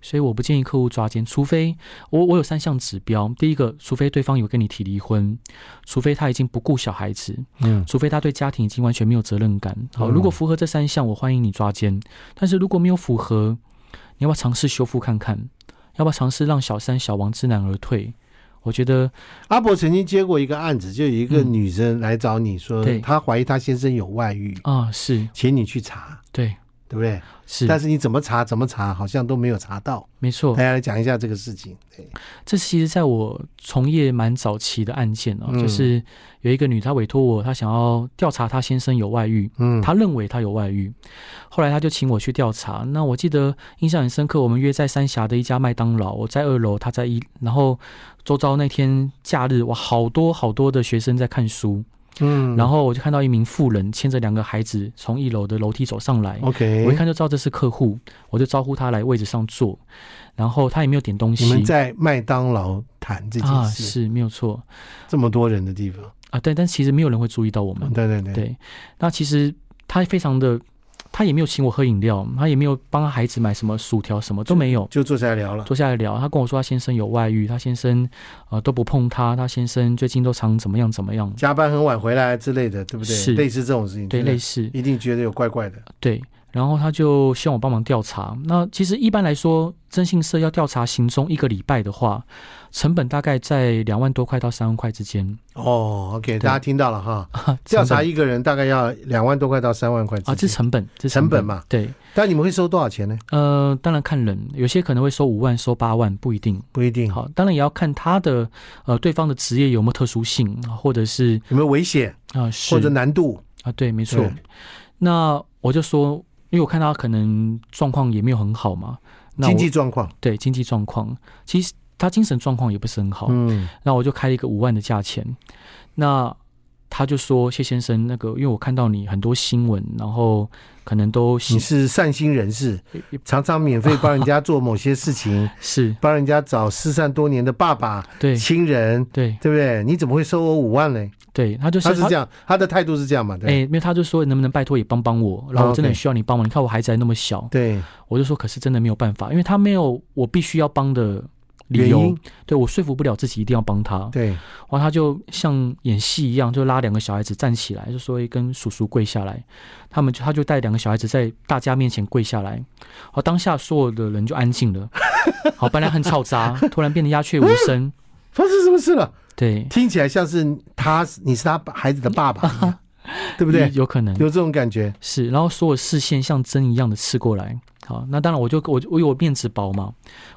[SPEAKER 2] 所以我不建议客户抓奸，除非我我有三项指标：第一个，除非对方有跟你提离婚，除非他已经不顾小孩子，
[SPEAKER 1] 嗯
[SPEAKER 2] 除非他对家庭已经完全没有责任感。好，如果
[SPEAKER 1] 嗯
[SPEAKER 2] 符合这三项，我欢迎你抓奸；但是如果没有符合，你要不要尝试修复看看？要不要尝试让小三、小王知难而退？我觉得
[SPEAKER 1] 阿伯曾经接过一个案子，就有一个
[SPEAKER 2] 嗯
[SPEAKER 1] 女生来找你说，
[SPEAKER 2] 对
[SPEAKER 1] 她怀疑她先生有外遇，
[SPEAKER 2] 啊，是
[SPEAKER 1] 请你去查，
[SPEAKER 2] 对，
[SPEAKER 1] 对不对？
[SPEAKER 2] 是，哦
[SPEAKER 1] 但是哎你怎么查怎么查，好像都没有查到。
[SPEAKER 2] 没错
[SPEAKER 1] 大。家来讲一下这个事情。对，
[SPEAKER 2] 这其实在我从业蛮早期的案件哦，
[SPEAKER 1] 嗯
[SPEAKER 2] 就是有一个女，她委托我，她想要调查她先生有外遇，
[SPEAKER 1] 嗯，
[SPEAKER 2] 她认为她有外遇，后来她就请我去调查。那我记得印象很深刻，我们约在三峡的一家麦当劳，我在二楼，她在一，然后周遭那天假日，哇，好多好多的学生在看书，
[SPEAKER 1] 嗯
[SPEAKER 2] 然后我就看到一名妇人牵着两个孩子从一楼的楼梯走上来。我一
[SPEAKER 1] OK，
[SPEAKER 2] 看就知道这是客户，我就招呼他来位置上坐，然后他也没有点东西。
[SPEAKER 1] 你们在麦当劳谈这件
[SPEAKER 2] 啊，
[SPEAKER 1] 事，
[SPEAKER 2] 是没有错
[SPEAKER 1] 这么多人的地方，
[SPEAKER 2] 啊，对，但其实没有人会注意到我们。
[SPEAKER 1] 对对对，
[SPEAKER 2] 嗯对，那其实他非常的，他也没有请我喝饮料，他也没有帮他孩子买什么薯条，什么都没有。
[SPEAKER 1] 就坐下来聊了。
[SPEAKER 2] 坐下来聊，他跟我说他先生有外遇，他先生呃都不碰他，他先生最近都常怎么样怎么样，
[SPEAKER 1] 加班很晚回来之类的，对不对？
[SPEAKER 2] 是
[SPEAKER 1] 类似这种事情，
[SPEAKER 2] 对，
[SPEAKER 1] 觉得
[SPEAKER 2] 类似
[SPEAKER 1] 一定觉得有怪怪的。
[SPEAKER 2] 对。然后他就希望我帮忙调查。那其实一般来说，征信社要调查行踪一个礼拜的话，成本大概在两万多块到三万块之间。
[SPEAKER 1] 哦，OK，大家听到了 哈，啊调
[SPEAKER 2] 成
[SPEAKER 1] 查
[SPEAKER 2] 本啊
[SPEAKER 1] 一个人大概要两万多块到三万块之间
[SPEAKER 2] 啊，这是成本，这是
[SPEAKER 1] 成本嘛
[SPEAKER 2] 对，
[SPEAKER 1] 但你们会收多少钱呢？
[SPEAKER 2] 呃，当然看人，有些可能会收五万，收八万，不一定。
[SPEAKER 1] 不一定，
[SPEAKER 2] 好，当然也要看他的呃对方的职业有没有特殊性，啊或者是
[SPEAKER 1] 有没有危险
[SPEAKER 2] 啊、呃、是
[SPEAKER 1] 或者难度？
[SPEAKER 2] 啊对，没错
[SPEAKER 1] 对。
[SPEAKER 2] 那我就说，因为我看他可能状况也没有很好嘛，那我
[SPEAKER 1] 经济状况，
[SPEAKER 2] 对经济状况，其实他精神状况也不是很好，
[SPEAKER 1] 嗯，
[SPEAKER 2] 那我就开了一个五万的价钱。那他就说：“谢先生，那个，因为我看到你很多新闻，然后可能都
[SPEAKER 1] 你
[SPEAKER 2] 喜
[SPEAKER 1] 是善心人士，常常免费帮人家做某些事情，
[SPEAKER 2] 是
[SPEAKER 1] 帮人家找失散多年的爸爸、
[SPEAKER 2] 对
[SPEAKER 1] 亲人，
[SPEAKER 2] 对
[SPEAKER 1] 对不对？你怎么会收我五万呢？
[SPEAKER 2] 对，他就是
[SPEAKER 1] 他是
[SPEAKER 2] 他
[SPEAKER 1] 这样，他的态度是这样嘛？对
[SPEAKER 2] 哎、没有，他就说能不能拜托也帮帮我，然后我真的很
[SPEAKER 1] OK
[SPEAKER 2] 需要你帮忙。你看我孩子还那么小，
[SPEAKER 1] 对，
[SPEAKER 2] 我就说可是真的没有办法，因为他没有我必须要帮的理
[SPEAKER 1] 原
[SPEAKER 2] 由
[SPEAKER 1] 因，
[SPEAKER 2] 对我说服不了自己一定要帮他。
[SPEAKER 1] 对，
[SPEAKER 2] 然后他就像演戏一样，就拉两个小孩子站起来，就说哎跟叔叔跪下来，他们就他就带两个小孩子在大家面前跪下来，然后当下所有的人就安静了， 好，本来很吵杂，突然变得鸦雀无 声，
[SPEAKER 1] 发生什么事了？
[SPEAKER 2] 对，
[SPEAKER 1] 听起来像是他，你是他孩子的爸爸一样， 对不对？
[SPEAKER 2] 有可能
[SPEAKER 1] 有这种感觉，
[SPEAKER 2] 是，然后所有视线像针一样的刺过来。好，那当然我就我我有面子薄嘛，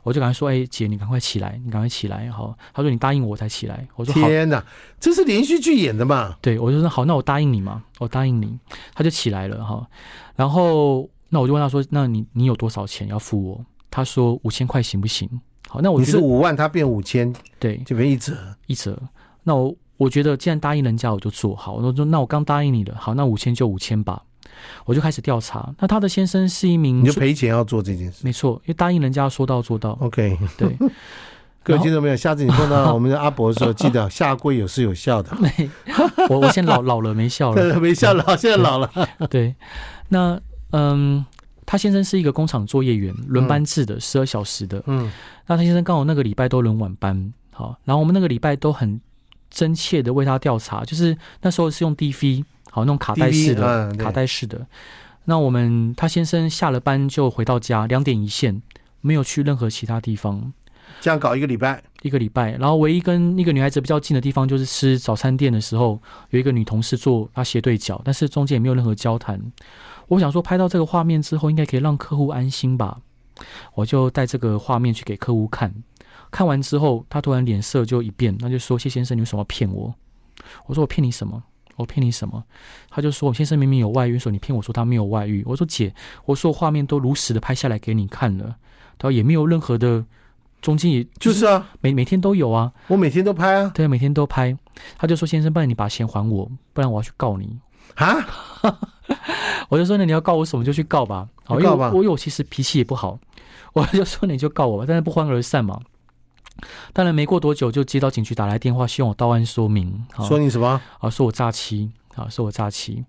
[SPEAKER 2] 我就赶快说，哎、姐，你赶快起来，你赶快起来。好，他说你答应我才起来，我说好，
[SPEAKER 1] 天哪，这是连续剧演的嘛？
[SPEAKER 2] 对我就说好，那我答应你嘛，我答应你，他就起来了哈。然后那我就问他说，那你你有多少钱要付我？他说五千块行不行？好，那我
[SPEAKER 1] 你
[SPEAKER 2] 觉
[SPEAKER 1] 是
[SPEAKER 2] 得
[SPEAKER 1] 五万，他变五千，
[SPEAKER 2] 对
[SPEAKER 1] 这边一折，
[SPEAKER 2] 一折，那我我觉得既然答应人家，我就做好。我说那我刚答应你了，好，那五千就五千吧。我就开始调查。那她的先生是一名
[SPEAKER 1] 你就，赔钱要做这件事。
[SPEAKER 2] 没错，因为答应人家说到做到。
[SPEAKER 1] OK，
[SPEAKER 2] 对，
[SPEAKER 1] 各位
[SPEAKER 2] 然后
[SPEAKER 1] 听众朋友，下次你碰 到我们的阿伯的时候，记得下跪有是有效的。
[SPEAKER 2] 没，我我现在老 老了没 笑了。
[SPEAKER 1] 没效了，现在老了。
[SPEAKER 2] 对，那嗯，他先生是一个工厂作业员，轮班制的，十二小时的。
[SPEAKER 1] 嗯
[SPEAKER 2] 那他先生刚好那个礼拜都轮晚班，好，然后我们那个礼拜都很真切的为他调查，就是那时候是用 DV，好那种卡带
[SPEAKER 1] DV
[SPEAKER 2] 式的，
[SPEAKER 1] 嗯对
[SPEAKER 2] 卡带式的。那我们他先生下了班就回到家，两点一线，没有去任何其他地方。
[SPEAKER 1] 这样搞一个礼拜，
[SPEAKER 2] 一个礼拜，然后唯一跟那个女孩子比较近的地方就是吃早餐店的时候，有一个女同事坐她斜对角，但是中间也没有任何交谈。我想说，拍到这个画面之后，应该可以让客户安心吧？我就带这个画面去给客户看，看完之后，他突然脸色就一变，他就说：“谢先生，你为什么要骗我？”我说：“我骗你什么？我骗你什么？”他就说：“我先生明明有外遇，说你骗我说他没有外遇。”我说：“姐，我说我画面都如实的拍下来给你看了，然后也没有任何的。”中间也
[SPEAKER 1] 就是 啊，
[SPEAKER 2] 每每天都有啊，
[SPEAKER 1] 我每天都拍啊
[SPEAKER 2] 对，每天都拍。他就说：“先生，不然你把钱还我，不然我要去告你。
[SPEAKER 1] 啊，”
[SPEAKER 2] 我就说：“那你要告我什么就去告吧。”好，因为
[SPEAKER 1] 告吧
[SPEAKER 2] 我我有其实脾气也不好， 我就说你就告我吧，但是不欢而散嘛。当然，没过多久就接到警局打来电话，希望我到案说明，好
[SPEAKER 1] 说你什么？
[SPEAKER 2] 啊，说我诈欺啊，说我诈欺。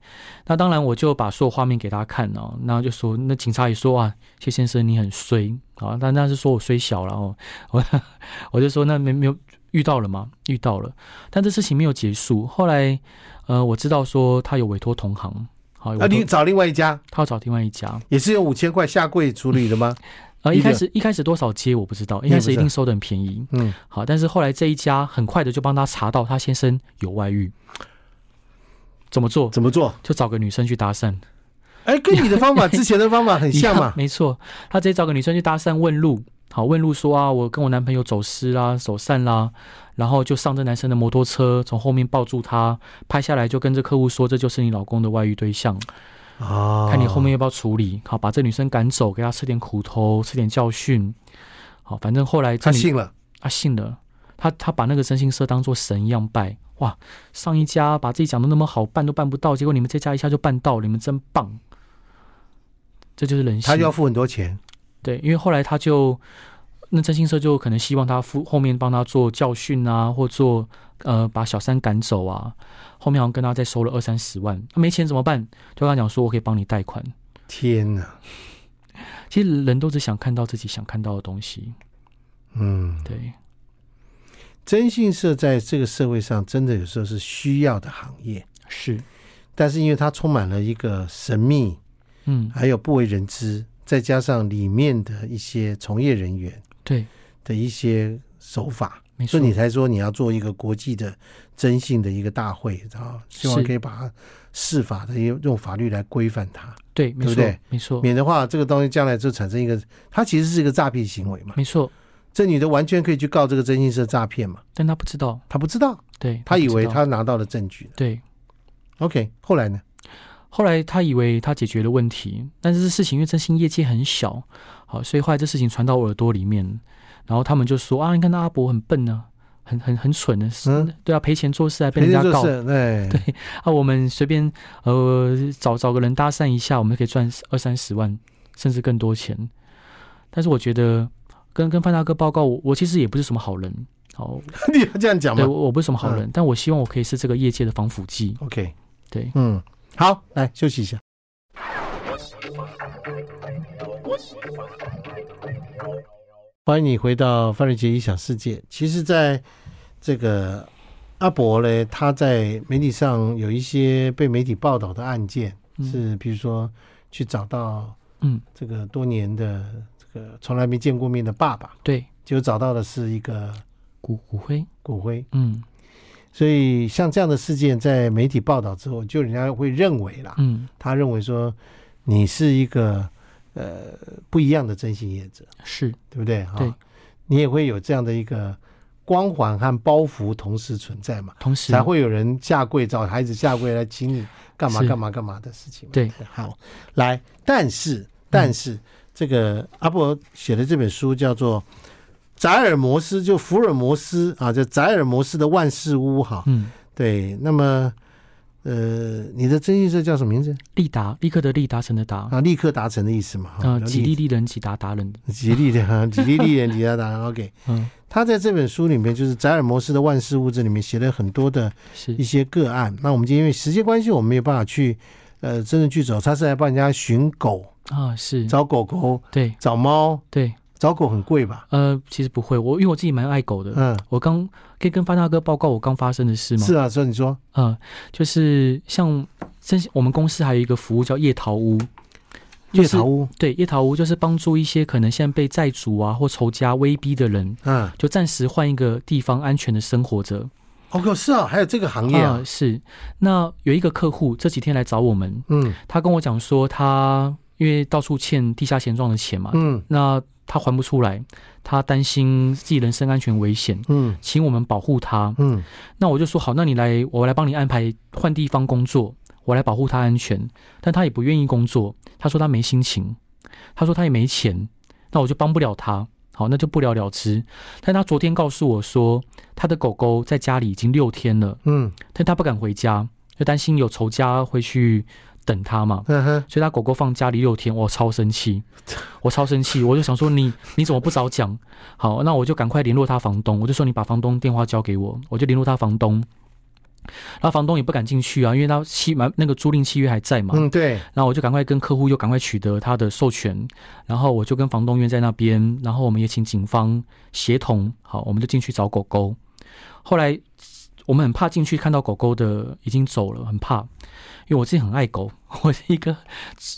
[SPEAKER 2] 那当然，我就把所有画面给他看哦，然后就说，那警察也说啊，谢先生你很衰啊，但那是说我衰小了哦，我我就说那没没有遇到了嘛，遇到了，但这事情没有结束。后来呃，我知道说他有委托同行，好，有
[SPEAKER 1] 啊，
[SPEAKER 2] 委托
[SPEAKER 1] 你找另外一家
[SPEAKER 2] 他要找另外一家，
[SPEAKER 1] 也是用五千块下跪处理的吗？
[SPEAKER 2] 呃，
[SPEAKER 1] 一
[SPEAKER 2] 一开
[SPEAKER 1] 个
[SPEAKER 2] 始一开始多少接我不知道，一
[SPEAKER 1] 你也
[SPEAKER 2] 开
[SPEAKER 1] 不
[SPEAKER 2] 始一
[SPEAKER 1] 知
[SPEAKER 2] 定收的很便宜，
[SPEAKER 1] 嗯，
[SPEAKER 2] 好，但是后来这一家很快的就帮他查到他先生有外遇，怎么 做？
[SPEAKER 1] 怎么做？
[SPEAKER 2] 就找个女生去搭讪。
[SPEAKER 1] 哎，跟你的方 法之前的方法很像
[SPEAKER 2] 一样
[SPEAKER 1] 嘛？
[SPEAKER 2] 没错，他直接找个女生去搭讪问路，好问路说啊，我跟我男朋友走失啦，走散啦，然后就上这男生的摩托车，从后面抱住他，拍下来就跟这客户说，这就是你老公的外遇对象，
[SPEAKER 1] 啊
[SPEAKER 2] 看你后面要不要处理，好把这女生赶走，给她吃点苦头，吃点教训，好，反正后来这
[SPEAKER 1] 他
[SPEAKER 2] 女
[SPEAKER 1] 信了，
[SPEAKER 2] 啊信了，他他把那个真心社当做神一样拜。哇，上一家把自己讲的那么好，办都办不到，结果你们这家一下就办到，你们真棒！这就是人性。
[SPEAKER 1] 他就要付很多钱。
[SPEAKER 2] 对，因为后来他就那真心社就可能希望他付后面帮他做教训啊，或做呃把小三赶走啊。后面好像跟他再收了二三十万，啊那没钱怎么办？就跟他讲说，我可以帮你贷款。
[SPEAKER 1] 天哪，
[SPEAKER 2] 其实人都只想看到自己想看到的东西，
[SPEAKER 1] 嗯，
[SPEAKER 2] 对，
[SPEAKER 1] 征信社在这个社会上真的有时候是需要的行业，
[SPEAKER 2] 是，
[SPEAKER 1] 但是因为它充满了一个神秘，
[SPEAKER 2] 嗯，
[SPEAKER 1] 还有不为人知，再加上里面的一些从业人员
[SPEAKER 2] 对，
[SPEAKER 1] 的一些手法，
[SPEAKER 2] 没
[SPEAKER 1] 所
[SPEAKER 2] 错
[SPEAKER 1] 以，你才说你要做一个国际的征信的一个大会，然后希望
[SPEAKER 2] 是
[SPEAKER 1] 可以把它释法的用用法律来规范它，
[SPEAKER 2] 对，
[SPEAKER 1] 对不
[SPEAKER 2] 没错
[SPEAKER 1] 对，
[SPEAKER 2] 没错，
[SPEAKER 1] 免得话这个东西将来就产生一个，它其实是一个诈骗行为嘛。
[SPEAKER 2] 没错，
[SPEAKER 1] 这女的完全可以去告这个征信社诈骗嘛，
[SPEAKER 2] 但他不知道，
[SPEAKER 1] 她不知道，
[SPEAKER 2] 对
[SPEAKER 1] 她
[SPEAKER 2] 不
[SPEAKER 1] 以
[SPEAKER 2] 知
[SPEAKER 1] 为
[SPEAKER 2] 道
[SPEAKER 1] 她拿到了证据。
[SPEAKER 2] 对。
[SPEAKER 1] OK，后来呢？
[SPEAKER 2] 后来他以为他解决了问题，但是这事情因为真心业界很小，好，所以后来这事情传到我耳朵里面，然后他们就说啊，你看那阿伯很笨啊，很很很蠢的、是
[SPEAKER 1] 嗯
[SPEAKER 2] 对啊，赔钱做事还被
[SPEAKER 1] 人
[SPEAKER 2] 人
[SPEAKER 1] 家
[SPEAKER 2] 家
[SPEAKER 1] 就
[SPEAKER 2] 告
[SPEAKER 1] 是哎，对，
[SPEAKER 2] 啊，我们随便呃找找个人搭讪一下，我们可以赚二三十万，甚至更多钱。但是我觉得跟跟范大哥报告，我我其实也不是什么好人，好， 嗯
[SPEAKER 1] 你要这样讲
[SPEAKER 2] 对
[SPEAKER 1] 嘛
[SPEAKER 2] 我我不是什么好人，但我希望我可以是这个业界的防腐剂，
[SPEAKER 1] ？OK，
[SPEAKER 2] 对。
[SPEAKER 1] 嗯，好，来休息一下。欢迎你回到范瑞杰异想世界。其实，在这个阿伯呢，他在媒体上有一些被媒体报道的案件，
[SPEAKER 2] 嗯
[SPEAKER 1] 是比如说去找到
[SPEAKER 2] 嗯，
[SPEAKER 1] 这个多年的这个从来没见过面的爸爸，
[SPEAKER 2] 对，
[SPEAKER 1] 结果找到的是一个
[SPEAKER 2] 骨骨灰，
[SPEAKER 1] 骨灰。
[SPEAKER 2] 嗯
[SPEAKER 1] 所以，像这样的事件在媒体报道之后，就人家会认为啦，
[SPEAKER 2] 嗯
[SPEAKER 1] 他认为说你是一个呃不一样的征信业者，
[SPEAKER 2] 是。
[SPEAKER 1] 对不对啊？
[SPEAKER 2] 对
[SPEAKER 1] 你也会有这样的一个光环和包袱同时存在嘛，
[SPEAKER 2] 同时
[SPEAKER 1] 才会有人下跪找孩子下跪来请你干嘛
[SPEAKER 2] 是
[SPEAKER 1] 干嘛干嘛的事情嘛。
[SPEAKER 2] 对，嗯
[SPEAKER 1] 好，来，但是但是、这个阿伯写的这本书叫做《宅尔摩斯，就福尔摩斯啊，就宅尔摩斯的万事屋哈。
[SPEAKER 2] 嗯，
[SPEAKER 1] 对，那么呃，你的征信社叫什么名字
[SPEAKER 2] 利达，立刻的利，达成的达，
[SPEAKER 1] 啊？立刻达成的意思嘛。哦哈
[SPEAKER 2] 呃，几利利人，几达达人。
[SPEAKER 1] 吉利的 哈，吉利利人，吉利达人。OK，啊
[SPEAKER 2] 嗯，
[SPEAKER 1] 他在这本书里面，就是宅尔摩斯的万事屋这里面写了很多的
[SPEAKER 2] 是
[SPEAKER 1] 一些个案。那我们今天因为时间关系，我们没有办法去呃真的去走，他是来帮人家寻狗，
[SPEAKER 2] 啊，是，
[SPEAKER 1] 找狗狗，
[SPEAKER 2] 对
[SPEAKER 1] 找猫，
[SPEAKER 2] 对，
[SPEAKER 1] 找狗很贵吧？
[SPEAKER 2] 呃，其实不会，我因为我自己蛮爱狗的。
[SPEAKER 1] 嗯，
[SPEAKER 2] 我刚可以跟发大哥报告我刚发生的事吗？
[SPEAKER 1] 是啊，所以你说
[SPEAKER 2] 呃，就是像真我们公司还有一个服务叫夜桃屋，就是
[SPEAKER 1] 月桃屋，
[SPEAKER 2] 对夜桃屋就是帮助一些可能现在被债主啊或仇家威逼的人，
[SPEAKER 1] 嗯
[SPEAKER 2] 就暂时换一个地方安全的生活着。
[SPEAKER 1] ，OK，是啊，还有这个行业啊，
[SPEAKER 2] 呃是。那有一个客户这几天来找我们，
[SPEAKER 1] 嗯
[SPEAKER 2] 他跟我讲说他因为到处欠地下钱庄的钱嘛，
[SPEAKER 1] 嗯
[SPEAKER 2] 那他还不出来，他担心自己人身安全危险，
[SPEAKER 1] 嗯
[SPEAKER 2] 请我们保护他。
[SPEAKER 1] 嗯
[SPEAKER 2] 那我就说好，那你来，我来帮你安排换地方工作，我来保护他安全。但他也不愿意工作，他说他没心情，他说他也没钱，那我就帮不了他。好，那就不了了之。但他昨天告诉我说，他的狗狗在家里已经六天了，
[SPEAKER 1] 嗯
[SPEAKER 2] 但他不敢回家，就担心有仇家会去等他嘛。
[SPEAKER 1] 嗯哼，
[SPEAKER 2] 所以他狗狗放家里六天，我超生气，我超生气，我就想说你你怎么不早讲？好，那我就赶快联络他房东，我就说你把房东电话交给我，我就联络他房东。然后房东也不敢进去啊，因为他契满那个租赁契约还在嘛。
[SPEAKER 1] 嗯对，
[SPEAKER 2] 然后我就赶快跟客户又赶快取得他的授权，然后我就跟房东约在那边，然后我们也请警方协同，好，我们就进去找狗狗。后来我们很怕进去看到狗狗的已经走了，很怕，因为我自己很爱狗， 我是一个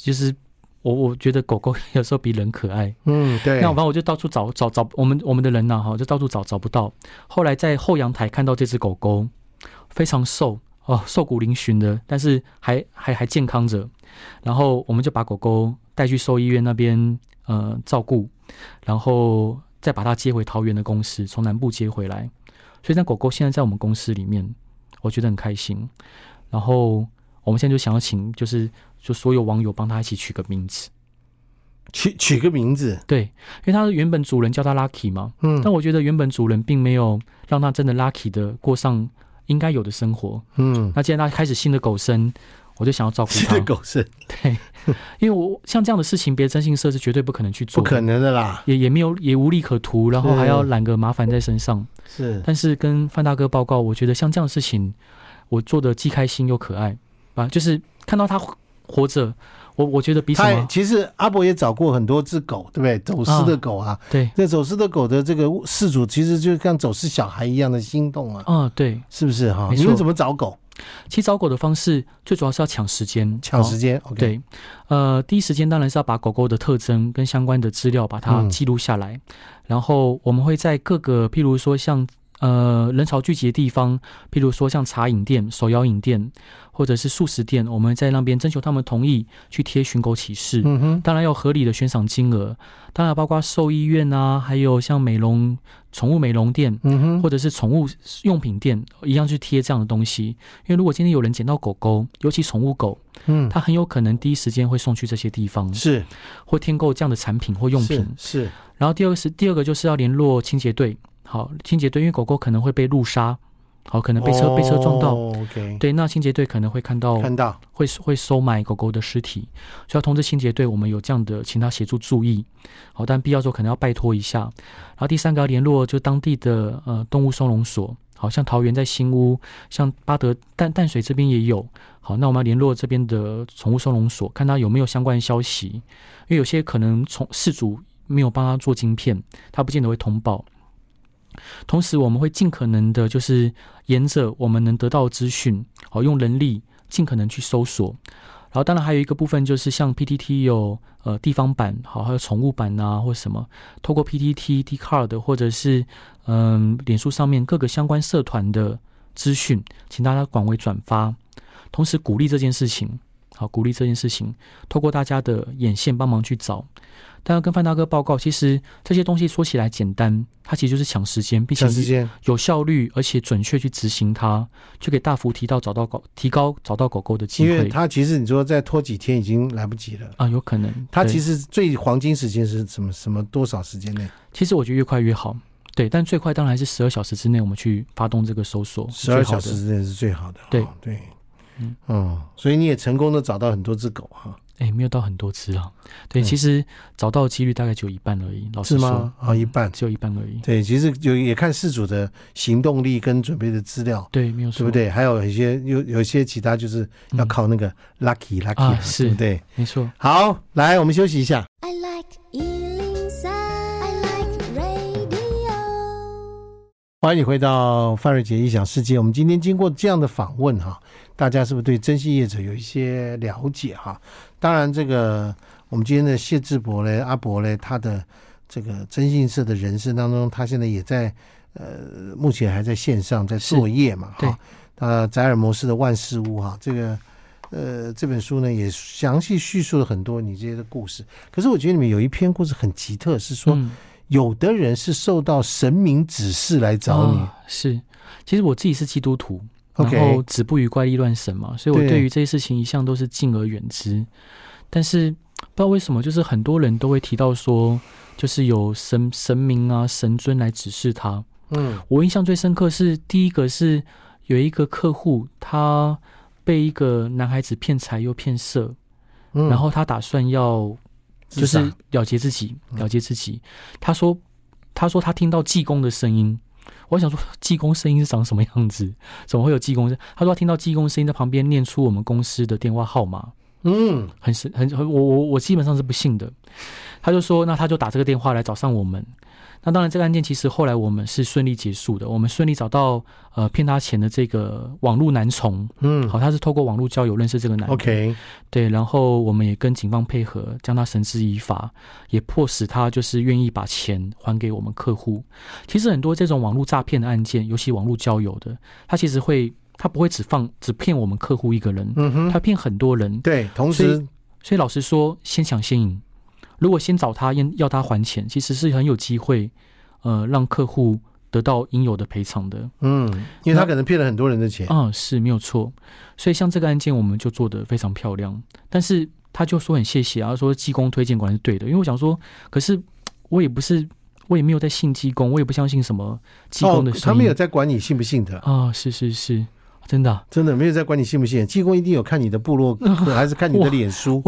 [SPEAKER 2] 就是我我觉得狗狗有时候比人可爱，
[SPEAKER 1] 嗯对，
[SPEAKER 2] 那我反正我就到处找找找我们我们的人呐、哈，就到处找找不到。后来在后阳台看到这只狗狗，非常瘦哦，瘦骨嶙峋的，但是还还还健康着。然后我们就把狗狗带去兽医院那边呃照顾，然后再把它接回桃园的公司，从南部接回来。所以那狗狗现在在我们公司里面，我觉得很开心。然后我们现在就想要请，就是就所有网友帮它一起取个名字。
[SPEAKER 1] 取取个名字，
[SPEAKER 2] 对，因为它的原本主人叫它 Lucky 嘛，
[SPEAKER 1] 嗯
[SPEAKER 2] 但我觉得原本主人并没有让他真的 lucky 的过上应该有的生活。
[SPEAKER 1] 嗯，
[SPEAKER 2] 那既然他开始新的狗生，我就想要照顾
[SPEAKER 1] 新
[SPEAKER 2] 他
[SPEAKER 1] 的。狗 是
[SPEAKER 2] 对，因为我像这样的事情，别的征信社是绝对不可能去
[SPEAKER 1] 不
[SPEAKER 2] 做的，
[SPEAKER 1] 可能的啦，
[SPEAKER 2] 也也没有也无利可图，然后还要揽个麻烦在身上。
[SPEAKER 1] 是
[SPEAKER 2] 但是跟范大哥报告，我觉得像这样的事情，我做的既开心又可爱啊，就是看到他活活着，我我觉得比什
[SPEAKER 1] 他也
[SPEAKER 2] 么
[SPEAKER 1] 其实阿伯也找过很多只狗，对不对？走私的狗啊，
[SPEAKER 2] 对
[SPEAKER 1] 那走私的狗的这个事主，其实就像走私小孩一样的心动啊，
[SPEAKER 2] 啊、对，
[SPEAKER 1] 是不是哈？
[SPEAKER 2] 没错
[SPEAKER 1] 你们怎么找狗？
[SPEAKER 2] 其实找狗的方式最主要是要抢时间，
[SPEAKER 1] 抢
[SPEAKER 2] 哦
[SPEAKER 1] 时间？OK，，
[SPEAKER 2] 对，呃，第一时间当然是要把狗狗的特征跟相关的资料把它
[SPEAKER 1] 嗯
[SPEAKER 2] 记录下来，然后我们会在各个，譬如说像呃人潮聚集的地方，譬如说像茶饮店、手摇饮店，或者是素食店，我们在那边征求他们同意去贴寻狗启事。
[SPEAKER 1] 嗯哼，
[SPEAKER 2] 当然要合理的悬赏金额，当然包括兽医院啊，还有像美容、宠物美容店，
[SPEAKER 1] 嗯哼，
[SPEAKER 2] 或者是宠物用品店，一样去贴这样的东西。因为如果今天有人捡到狗狗，尤其宠物狗，
[SPEAKER 1] 嗯，
[SPEAKER 2] 他很有可能第一时间会送去这些地方，
[SPEAKER 1] 是
[SPEAKER 2] 或添购这样的产品或用品。
[SPEAKER 1] 是是
[SPEAKER 2] 然后第二个是第二个就是要联络清洁队，好，清洁队因为狗狗可能会被路杀，好，可能被车、被车撞到。
[SPEAKER 1] 哦 OK，
[SPEAKER 2] 对，哦那清洁队可能会看到
[SPEAKER 1] 看到
[SPEAKER 2] 会会收买狗狗的尸体，所以要通知清洁队，我们有这样的，请他协助注意。好，但必要时候可能要拜托一下。然后第三个要联络就当地的呃动物收容所，好像桃园在新屋，像巴德淡淡水这边也有。好，那我们要联络这边的宠物收容所，看他有没有相关的消息，因为有些可能从事主没有帮他做晶片，他不见得会通报。同时，我们会尽可能的，就是沿着我们能得到的资讯，好用人力尽可能去搜索。然后，当然还有一个部分就是像 PTT 有呃地方版，好还有宠物版啊，或什么，透过 PTT、d c a r d 或者是嗯脸书上面各个相关社团的资讯，请大家广为转发，同时鼓励这件事情。好，鼓励这件事情，透过大家的眼线帮忙去找。但要跟范大哥报告，其实这些东西说起来简单，它其实就是抢时间，并且
[SPEAKER 1] 长时
[SPEAKER 2] 是
[SPEAKER 1] 间
[SPEAKER 2] 有效率而且准确去执行它，就给大幅提到找到狗提高找到狗狗的机
[SPEAKER 1] 因为
[SPEAKER 2] 会
[SPEAKER 1] 他其实你说再拖几天已经来不及了。
[SPEAKER 2] 啊，有可能。
[SPEAKER 1] 他
[SPEAKER 2] 对
[SPEAKER 1] 其实最黄金时间是什么？什么多少时间内？
[SPEAKER 2] 其实我觉得越快越好，对，但最快当然是十二小时之内我们去发动这个搜索，
[SPEAKER 1] 十二
[SPEAKER 2] 最好
[SPEAKER 1] 小
[SPEAKER 2] 的
[SPEAKER 1] 时之内是最好的。
[SPEAKER 2] 对
[SPEAKER 1] 哦对，
[SPEAKER 2] 嗯
[SPEAKER 1] 嗯，所以你也成功的找到很多只狗啊哈，
[SPEAKER 2] 哎，没有到很多只啊。对，
[SPEAKER 1] 嗯
[SPEAKER 2] 其实找到的几率大概只有一半而已。老
[SPEAKER 1] 是
[SPEAKER 2] 实说嗯
[SPEAKER 1] 吗，？啊，一半。
[SPEAKER 2] 只有一半而已。
[SPEAKER 1] 对，其实就也看事主的行动力跟准备的资料，
[SPEAKER 2] 对，没有错，
[SPEAKER 1] 对不？对？还有一些有有一些其他就是要
[SPEAKER 2] 嗯
[SPEAKER 1] 靠那个 lucky lucky，、
[SPEAKER 2] 啊
[SPEAKER 1] 对
[SPEAKER 2] 是
[SPEAKER 1] 不对？
[SPEAKER 2] 没错。
[SPEAKER 1] 好，来我们休息一下。
[SPEAKER 3] I like Ealing Sound. I like radio.
[SPEAKER 1] 欢迎你回到范瑞杰异想世界。我们今天经过这样的访问哈，大家是不是对珍稀业者有一些了解哈？当然，这个我们今天的谢志博嘞、阿伯嘞，他的这个征信社的人生当中，他现在也在呃，目前还在线上在作业嘛
[SPEAKER 2] 对
[SPEAKER 1] 哈。那宅尔摩斯的《万事屋》哈，这个呃这本书呢也详细叙述了很多你这些的故事。可是我觉得里面有一篇故事很奇特，是说。
[SPEAKER 2] 嗯，
[SPEAKER 1] 有的人是受到神明指示来找你。
[SPEAKER 2] 啊是，其实我自己是基督徒，然
[SPEAKER 1] OK
[SPEAKER 2] 后子不语怪力乱神嘛，所以我
[SPEAKER 1] 对
[SPEAKER 2] 对于这些事情一向都是敬而远之。但是不知道为什么，就是很多人都会提到说，就是有神神明啊、神尊来指示他。
[SPEAKER 1] 嗯，
[SPEAKER 2] 我印象最深刻是第一个是有一个客户，他被一个男孩子骗财又骗色，
[SPEAKER 1] 嗯
[SPEAKER 2] 然后他打算要就
[SPEAKER 1] 自杀
[SPEAKER 2] 是了结自己，
[SPEAKER 1] 嗯
[SPEAKER 2] 了结自己。他说，他说他听到济公的声音。我想说，济公声音是长什么样子？怎么会有济公声？他说他听到济公声音在旁边念出我们公司的电话号码，
[SPEAKER 1] 嗯
[SPEAKER 2] 很神很很我我我基本上是不信的。他就说，那他就打这个电话来找上我们。那当然，这个案件其实后来我们是顺利结束的，我们顺利找到呃骗他钱的这个网络男虫。
[SPEAKER 1] 嗯
[SPEAKER 2] 好，他是透过网络交友认识这个男的。
[SPEAKER 1] ，OK，
[SPEAKER 2] 对，然后我们也跟警方配合，将他绳之以法，也迫使他就是愿意把钱还给我们客户。其实很多这种网络诈骗的案件，尤其网络交友的，他其实会他不会只放只骗我们客户一个人，
[SPEAKER 1] 嗯哼，
[SPEAKER 2] 他骗很多人。
[SPEAKER 1] 对，同
[SPEAKER 2] 所
[SPEAKER 1] 时
[SPEAKER 2] 所以老实说，先抢先赢。如果先找他要要他还钱，其实是很有机会，呃，让客户得到应有的赔偿的。
[SPEAKER 1] 嗯，因为他
[SPEAKER 2] 那
[SPEAKER 1] 可能骗了很多人的钱，
[SPEAKER 2] 嗯，是没有错。所以像这个案件，我们就做得非常漂亮。但是他就说很谢谢啊，说济公推荐果然是对的。因为我想说，可是我也不是，我也没有在信济公，我也不相信什么济公的
[SPEAKER 1] 哦，他
[SPEAKER 2] 声
[SPEAKER 1] 们
[SPEAKER 2] 音。
[SPEAKER 1] 有在管你信不信的。
[SPEAKER 2] 啊、是是是，真的啊、
[SPEAKER 1] 真的没有在管你信不信，济公一定有看你的部落格， 还是看你的脸书。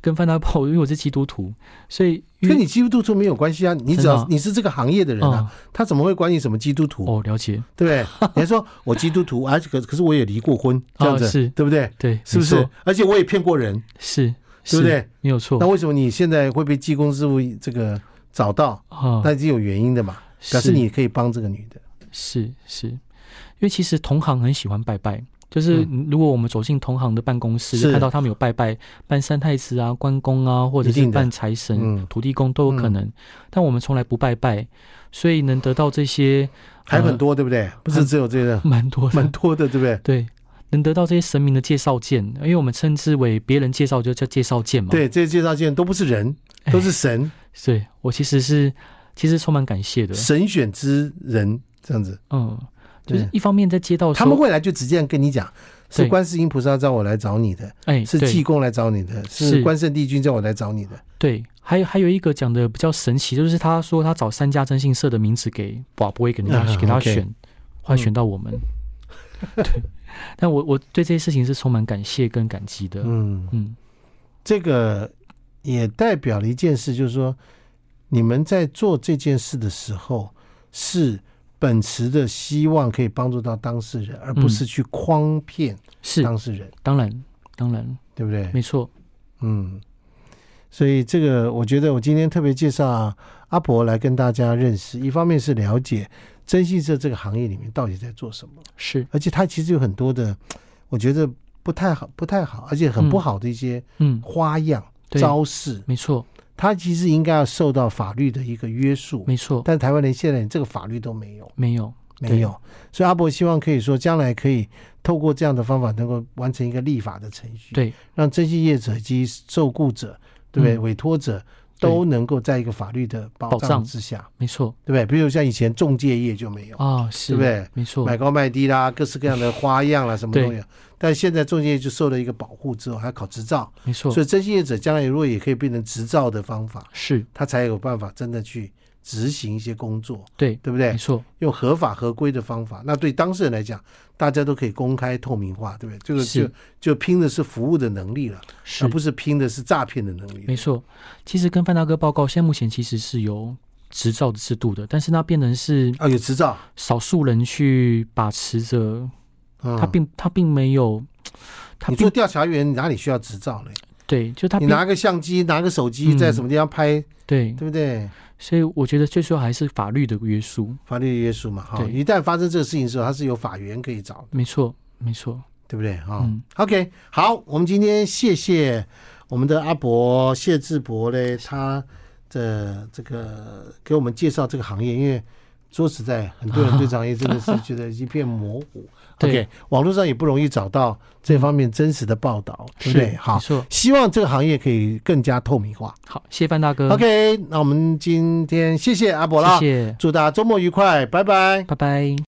[SPEAKER 2] 跟范大炮，因为我是基督徒，所以
[SPEAKER 1] 跟你基督徒没有关系啊，你只
[SPEAKER 2] 真的
[SPEAKER 1] 要
[SPEAKER 2] 啊
[SPEAKER 1] 你是这个行业的人啊，
[SPEAKER 2] 啊、
[SPEAKER 1] 他怎么会管你什么基督徒，
[SPEAKER 2] 哦，了解，
[SPEAKER 1] 对不对？你还说我基督徒，而啊且可可是我也离过婚，这样
[SPEAKER 2] 啊
[SPEAKER 1] 子
[SPEAKER 2] 是
[SPEAKER 1] 对不对？
[SPEAKER 2] 对，
[SPEAKER 1] 是不
[SPEAKER 2] 没
[SPEAKER 1] 是
[SPEAKER 2] 错？？
[SPEAKER 1] 而且我也骗过人，
[SPEAKER 2] 是，
[SPEAKER 1] 对不
[SPEAKER 2] 是？
[SPEAKER 1] 对？
[SPEAKER 2] 没有错
[SPEAKER 1] 那。为什么你现在会被济公师傅这个找到？
[SPEAKER 2] 啊，
[SPEAKER 1] 那是有原因的嘛，表示
[SPEAKER 2] 是
[SPEAKER 1] 你可以帮这个女的。
[SPEAKER 2] 是是，因为其实同行很喜欢拜拜，就是如果我们走进同行的办公室，
[SPEAKER 1] 嗯是
[SPEAKER 2] 就看到他们有拜拜，办三太子啊、关公啊，或者
[SPEAKER 1] 一
[SPEAKER 2] 是
[SPEAKER 1] 定的
[SPEAKER 2] 办财神、
[SPEAKER 1] 嗯
[SPEAKER 2] 土地公都有可能。但我们从来不拜拜，所以能得到 这些
[SPEAKER 1] 还有很多，对不对？
[SPEAKER 2] 啊
[SPEAKER 1] 不是只有这个，
[SPEAKER 2] 蛮多的，
[SPEAKER 1] 蛮多的，对不对？
[SPEAKER 2] 对，能得到这些神明的介绍件，因为我们称之为别人介绍就叫介绍件嘛。
[SPEAKER 1] 对，这些介绍件都不是人，
[SPEAKER 2] 哎
[SPEAKER 1] 都是神，
[SPEAKER 2] 对我其实是其实充满感谢的，
[SPEAKER 1] 神选之人这样子。
[SPEAKER 2] 嗯，就是
[SPEAKER 1] 对
[SPEAKER 2] 一方面在接到
[SPEAKER 1] 他们
[SPEAKER 2] 说
[SPEAKER 1] 未来就直接跟你讲，是
[SPEAKER 2] 对
[SPEAKER 1] 观世音菩萨叫我来找你的，
[SPEAKER 2] 哎
[SPEAKER 1] 是
[SPEAKER 2] 对
[SPEAKER 1] 济公来找你的，是
[SPEAKER 2] 是
[SPEAKER 1] 关圣帝君叫我来找你的。
[SPEAKER 2] 对，还有还有一个讲的比较神奇，就是他说他找三家征信社的名字给宝不会给他、
[SPEAKER 1] 啊
[SPEAKER 2] 给他
[SPEAKER 1] OK 嗯
[SPEAKER 2] 选，后来选到我们。对，但我我对这些事情是充满感谢跟感激的。嗯
[SPEAKER 1] 嗯，这个也代表了一件事，就是说，你们在做这件事的时候，是本持的希望可以帮助到当事人，而不是去诓骗
[SPEAKER 2] 是
[SPEAKER 1] 当事人，
[SPEAKER 2] 当然当然
[SPEAKER 1] 对不对？
[SPEAKER 2] 没错，
[SPEAKER 1] 嗯，所以这个我觉得我今天特别介绍、啊、阿伯来跟大家认识，一方面是了解征信社这个行业里面到底在做什么，
[SPEAKER 2] 是
[SPEAKER 1] 而且它其实有很多的，我觉得不太好、不太好，而且很不好的一些
[SPEAKER 2] 嗯
[SPEAKER 1] 花样、
[SPEAKER 2] 对
[SPEAKER 1] 招式，
[SPEAKER 2] 没错
[SPEAKER 1] 它其实应该要受到法律的一个约束，
[SPEAKER 2] 没错
[SPEAKER 1] 但台湾人现在连这个法律都没有，
[SPEAKER 2] 没有
[SPEAKER 1] 没有。所以阿伯希望可以说，将来可以透过这样的方法，能够完成一个立法的程序，
[SPEAKER 2] 对，
[SPEAKER 1] 让征信业者及受雇者，对不对？
[SPEAKER 2] 嗯
[SPEAKER 1] 委托者都能够在一个法律的保
[SPEAKER 2] 保
[SPEAKER 1] 障
[SPEAKER 2] 障
[SPEAKER 1] 之下，
[SPEAKER 2] 没错
[SPEAKER 1] 对不对？比如像以前中介业就没有，
[SPEAKER 2] 啊，是，
[SPEAKER 1] 对不对？
[SPEAKER 2] 没错，
[SPEAKER 1] 买高卖低啦，各式各样的花样啦，什么
[SPEAKER 2] 对
[SPEAKER 1] 都有。但现在中介业就受了一个保护之后，还要考执照，
[SPEAKER 2] 没错
[SPEAKER 1] 所，以征信业者将来如果也可以变成执照的方法，
[SPEAKER 2] 是
[SPEAKER 1] 他才有办法真的去执行一些工作，
[SPEAKER 2] 对，
[SPEAKER 1] 对不
[SPEAKER 2] 没
[SPEAKER 1] 对？
[SPEAKER 2] 错，
[SPEAKER 1] 用合法合规的方法，那对当事人来讲，大家都可以公开透明化，对不对？这个
[SPEAKER 2] 是
[SPEAKER 1] 就就拼的是服务的能力了，
[SPEAKER 2] 是
[SPEAKER 1] 而不是拼的是诈骗的能力。
[SPEAKER 2] 没错，其实跟范大哥报告，现在目前其实是有执照的制度的，但是那变成是
[SPEAKER 1] 啊，有执照，
[SPEAKER 2] 少数人去把持着，
[SPEAKER 1] 嗯、
[SPEAKER 2] 他并他并没有，他
[SPEAKER 1] 你做
[SPEAKER 2] 并
[SPEAKER 1] 调查员哪里需要执照呢？
[SPEAKER 2] 对，就他
[SPEAKER 1] 你
[SPEAKER 2] 并
[SPEAKER 1] 拿个相机，拿个手机，
[SPEAKER 2] 嗯
[SPEAKER 1] 在什么地方拍，
[SPEAKER 2] 对，
[SPEAKER 1] 对不对？
[SPEAKER 2] 所以我觉得最主要还是法律的约束，
[SPEAKER 1] 法律约束嘛，哈。
[SPEAKER 2] 对
[SPEAKER 1] 一旦发生这个事情的时候，它是有法源可以找，
[SPEAKER 2] 没错，没错，
[SPEAKER 1] 对不对？哈、
[SPEAKER 2] 嗯
[SPEAKER 1] OK，好，我们今天谢谢我们的阿伯谢志博嘞，他的这个给我们介绍这个行业，因为说实在，很多人对这行业真的是觉得一片模糊。
[SPEAKER 2] 对
[SPEAKER 1] OK，网络上也不容易找到这方面真实的报道，对
[SPEAKER 2] 嗯是
[SPEAKER 1] 不对？
[SPEAKER 2] 没
[SPEAKER 1] 好，
[SPEAKER 2] 错，
[SPEAKER 1] 希望这个行业可以更加透明化。
[SPEAKER 2] 好，谢谢范大哥
[SPEAKER 1] OK，那我们今天谢谢阿伯啦，
[SPEAKER 2] 嗯谢谢，
[SPEAKER 1] 祝大家周末愉快，拜拜。
[SPEAKER 2] 拜拜。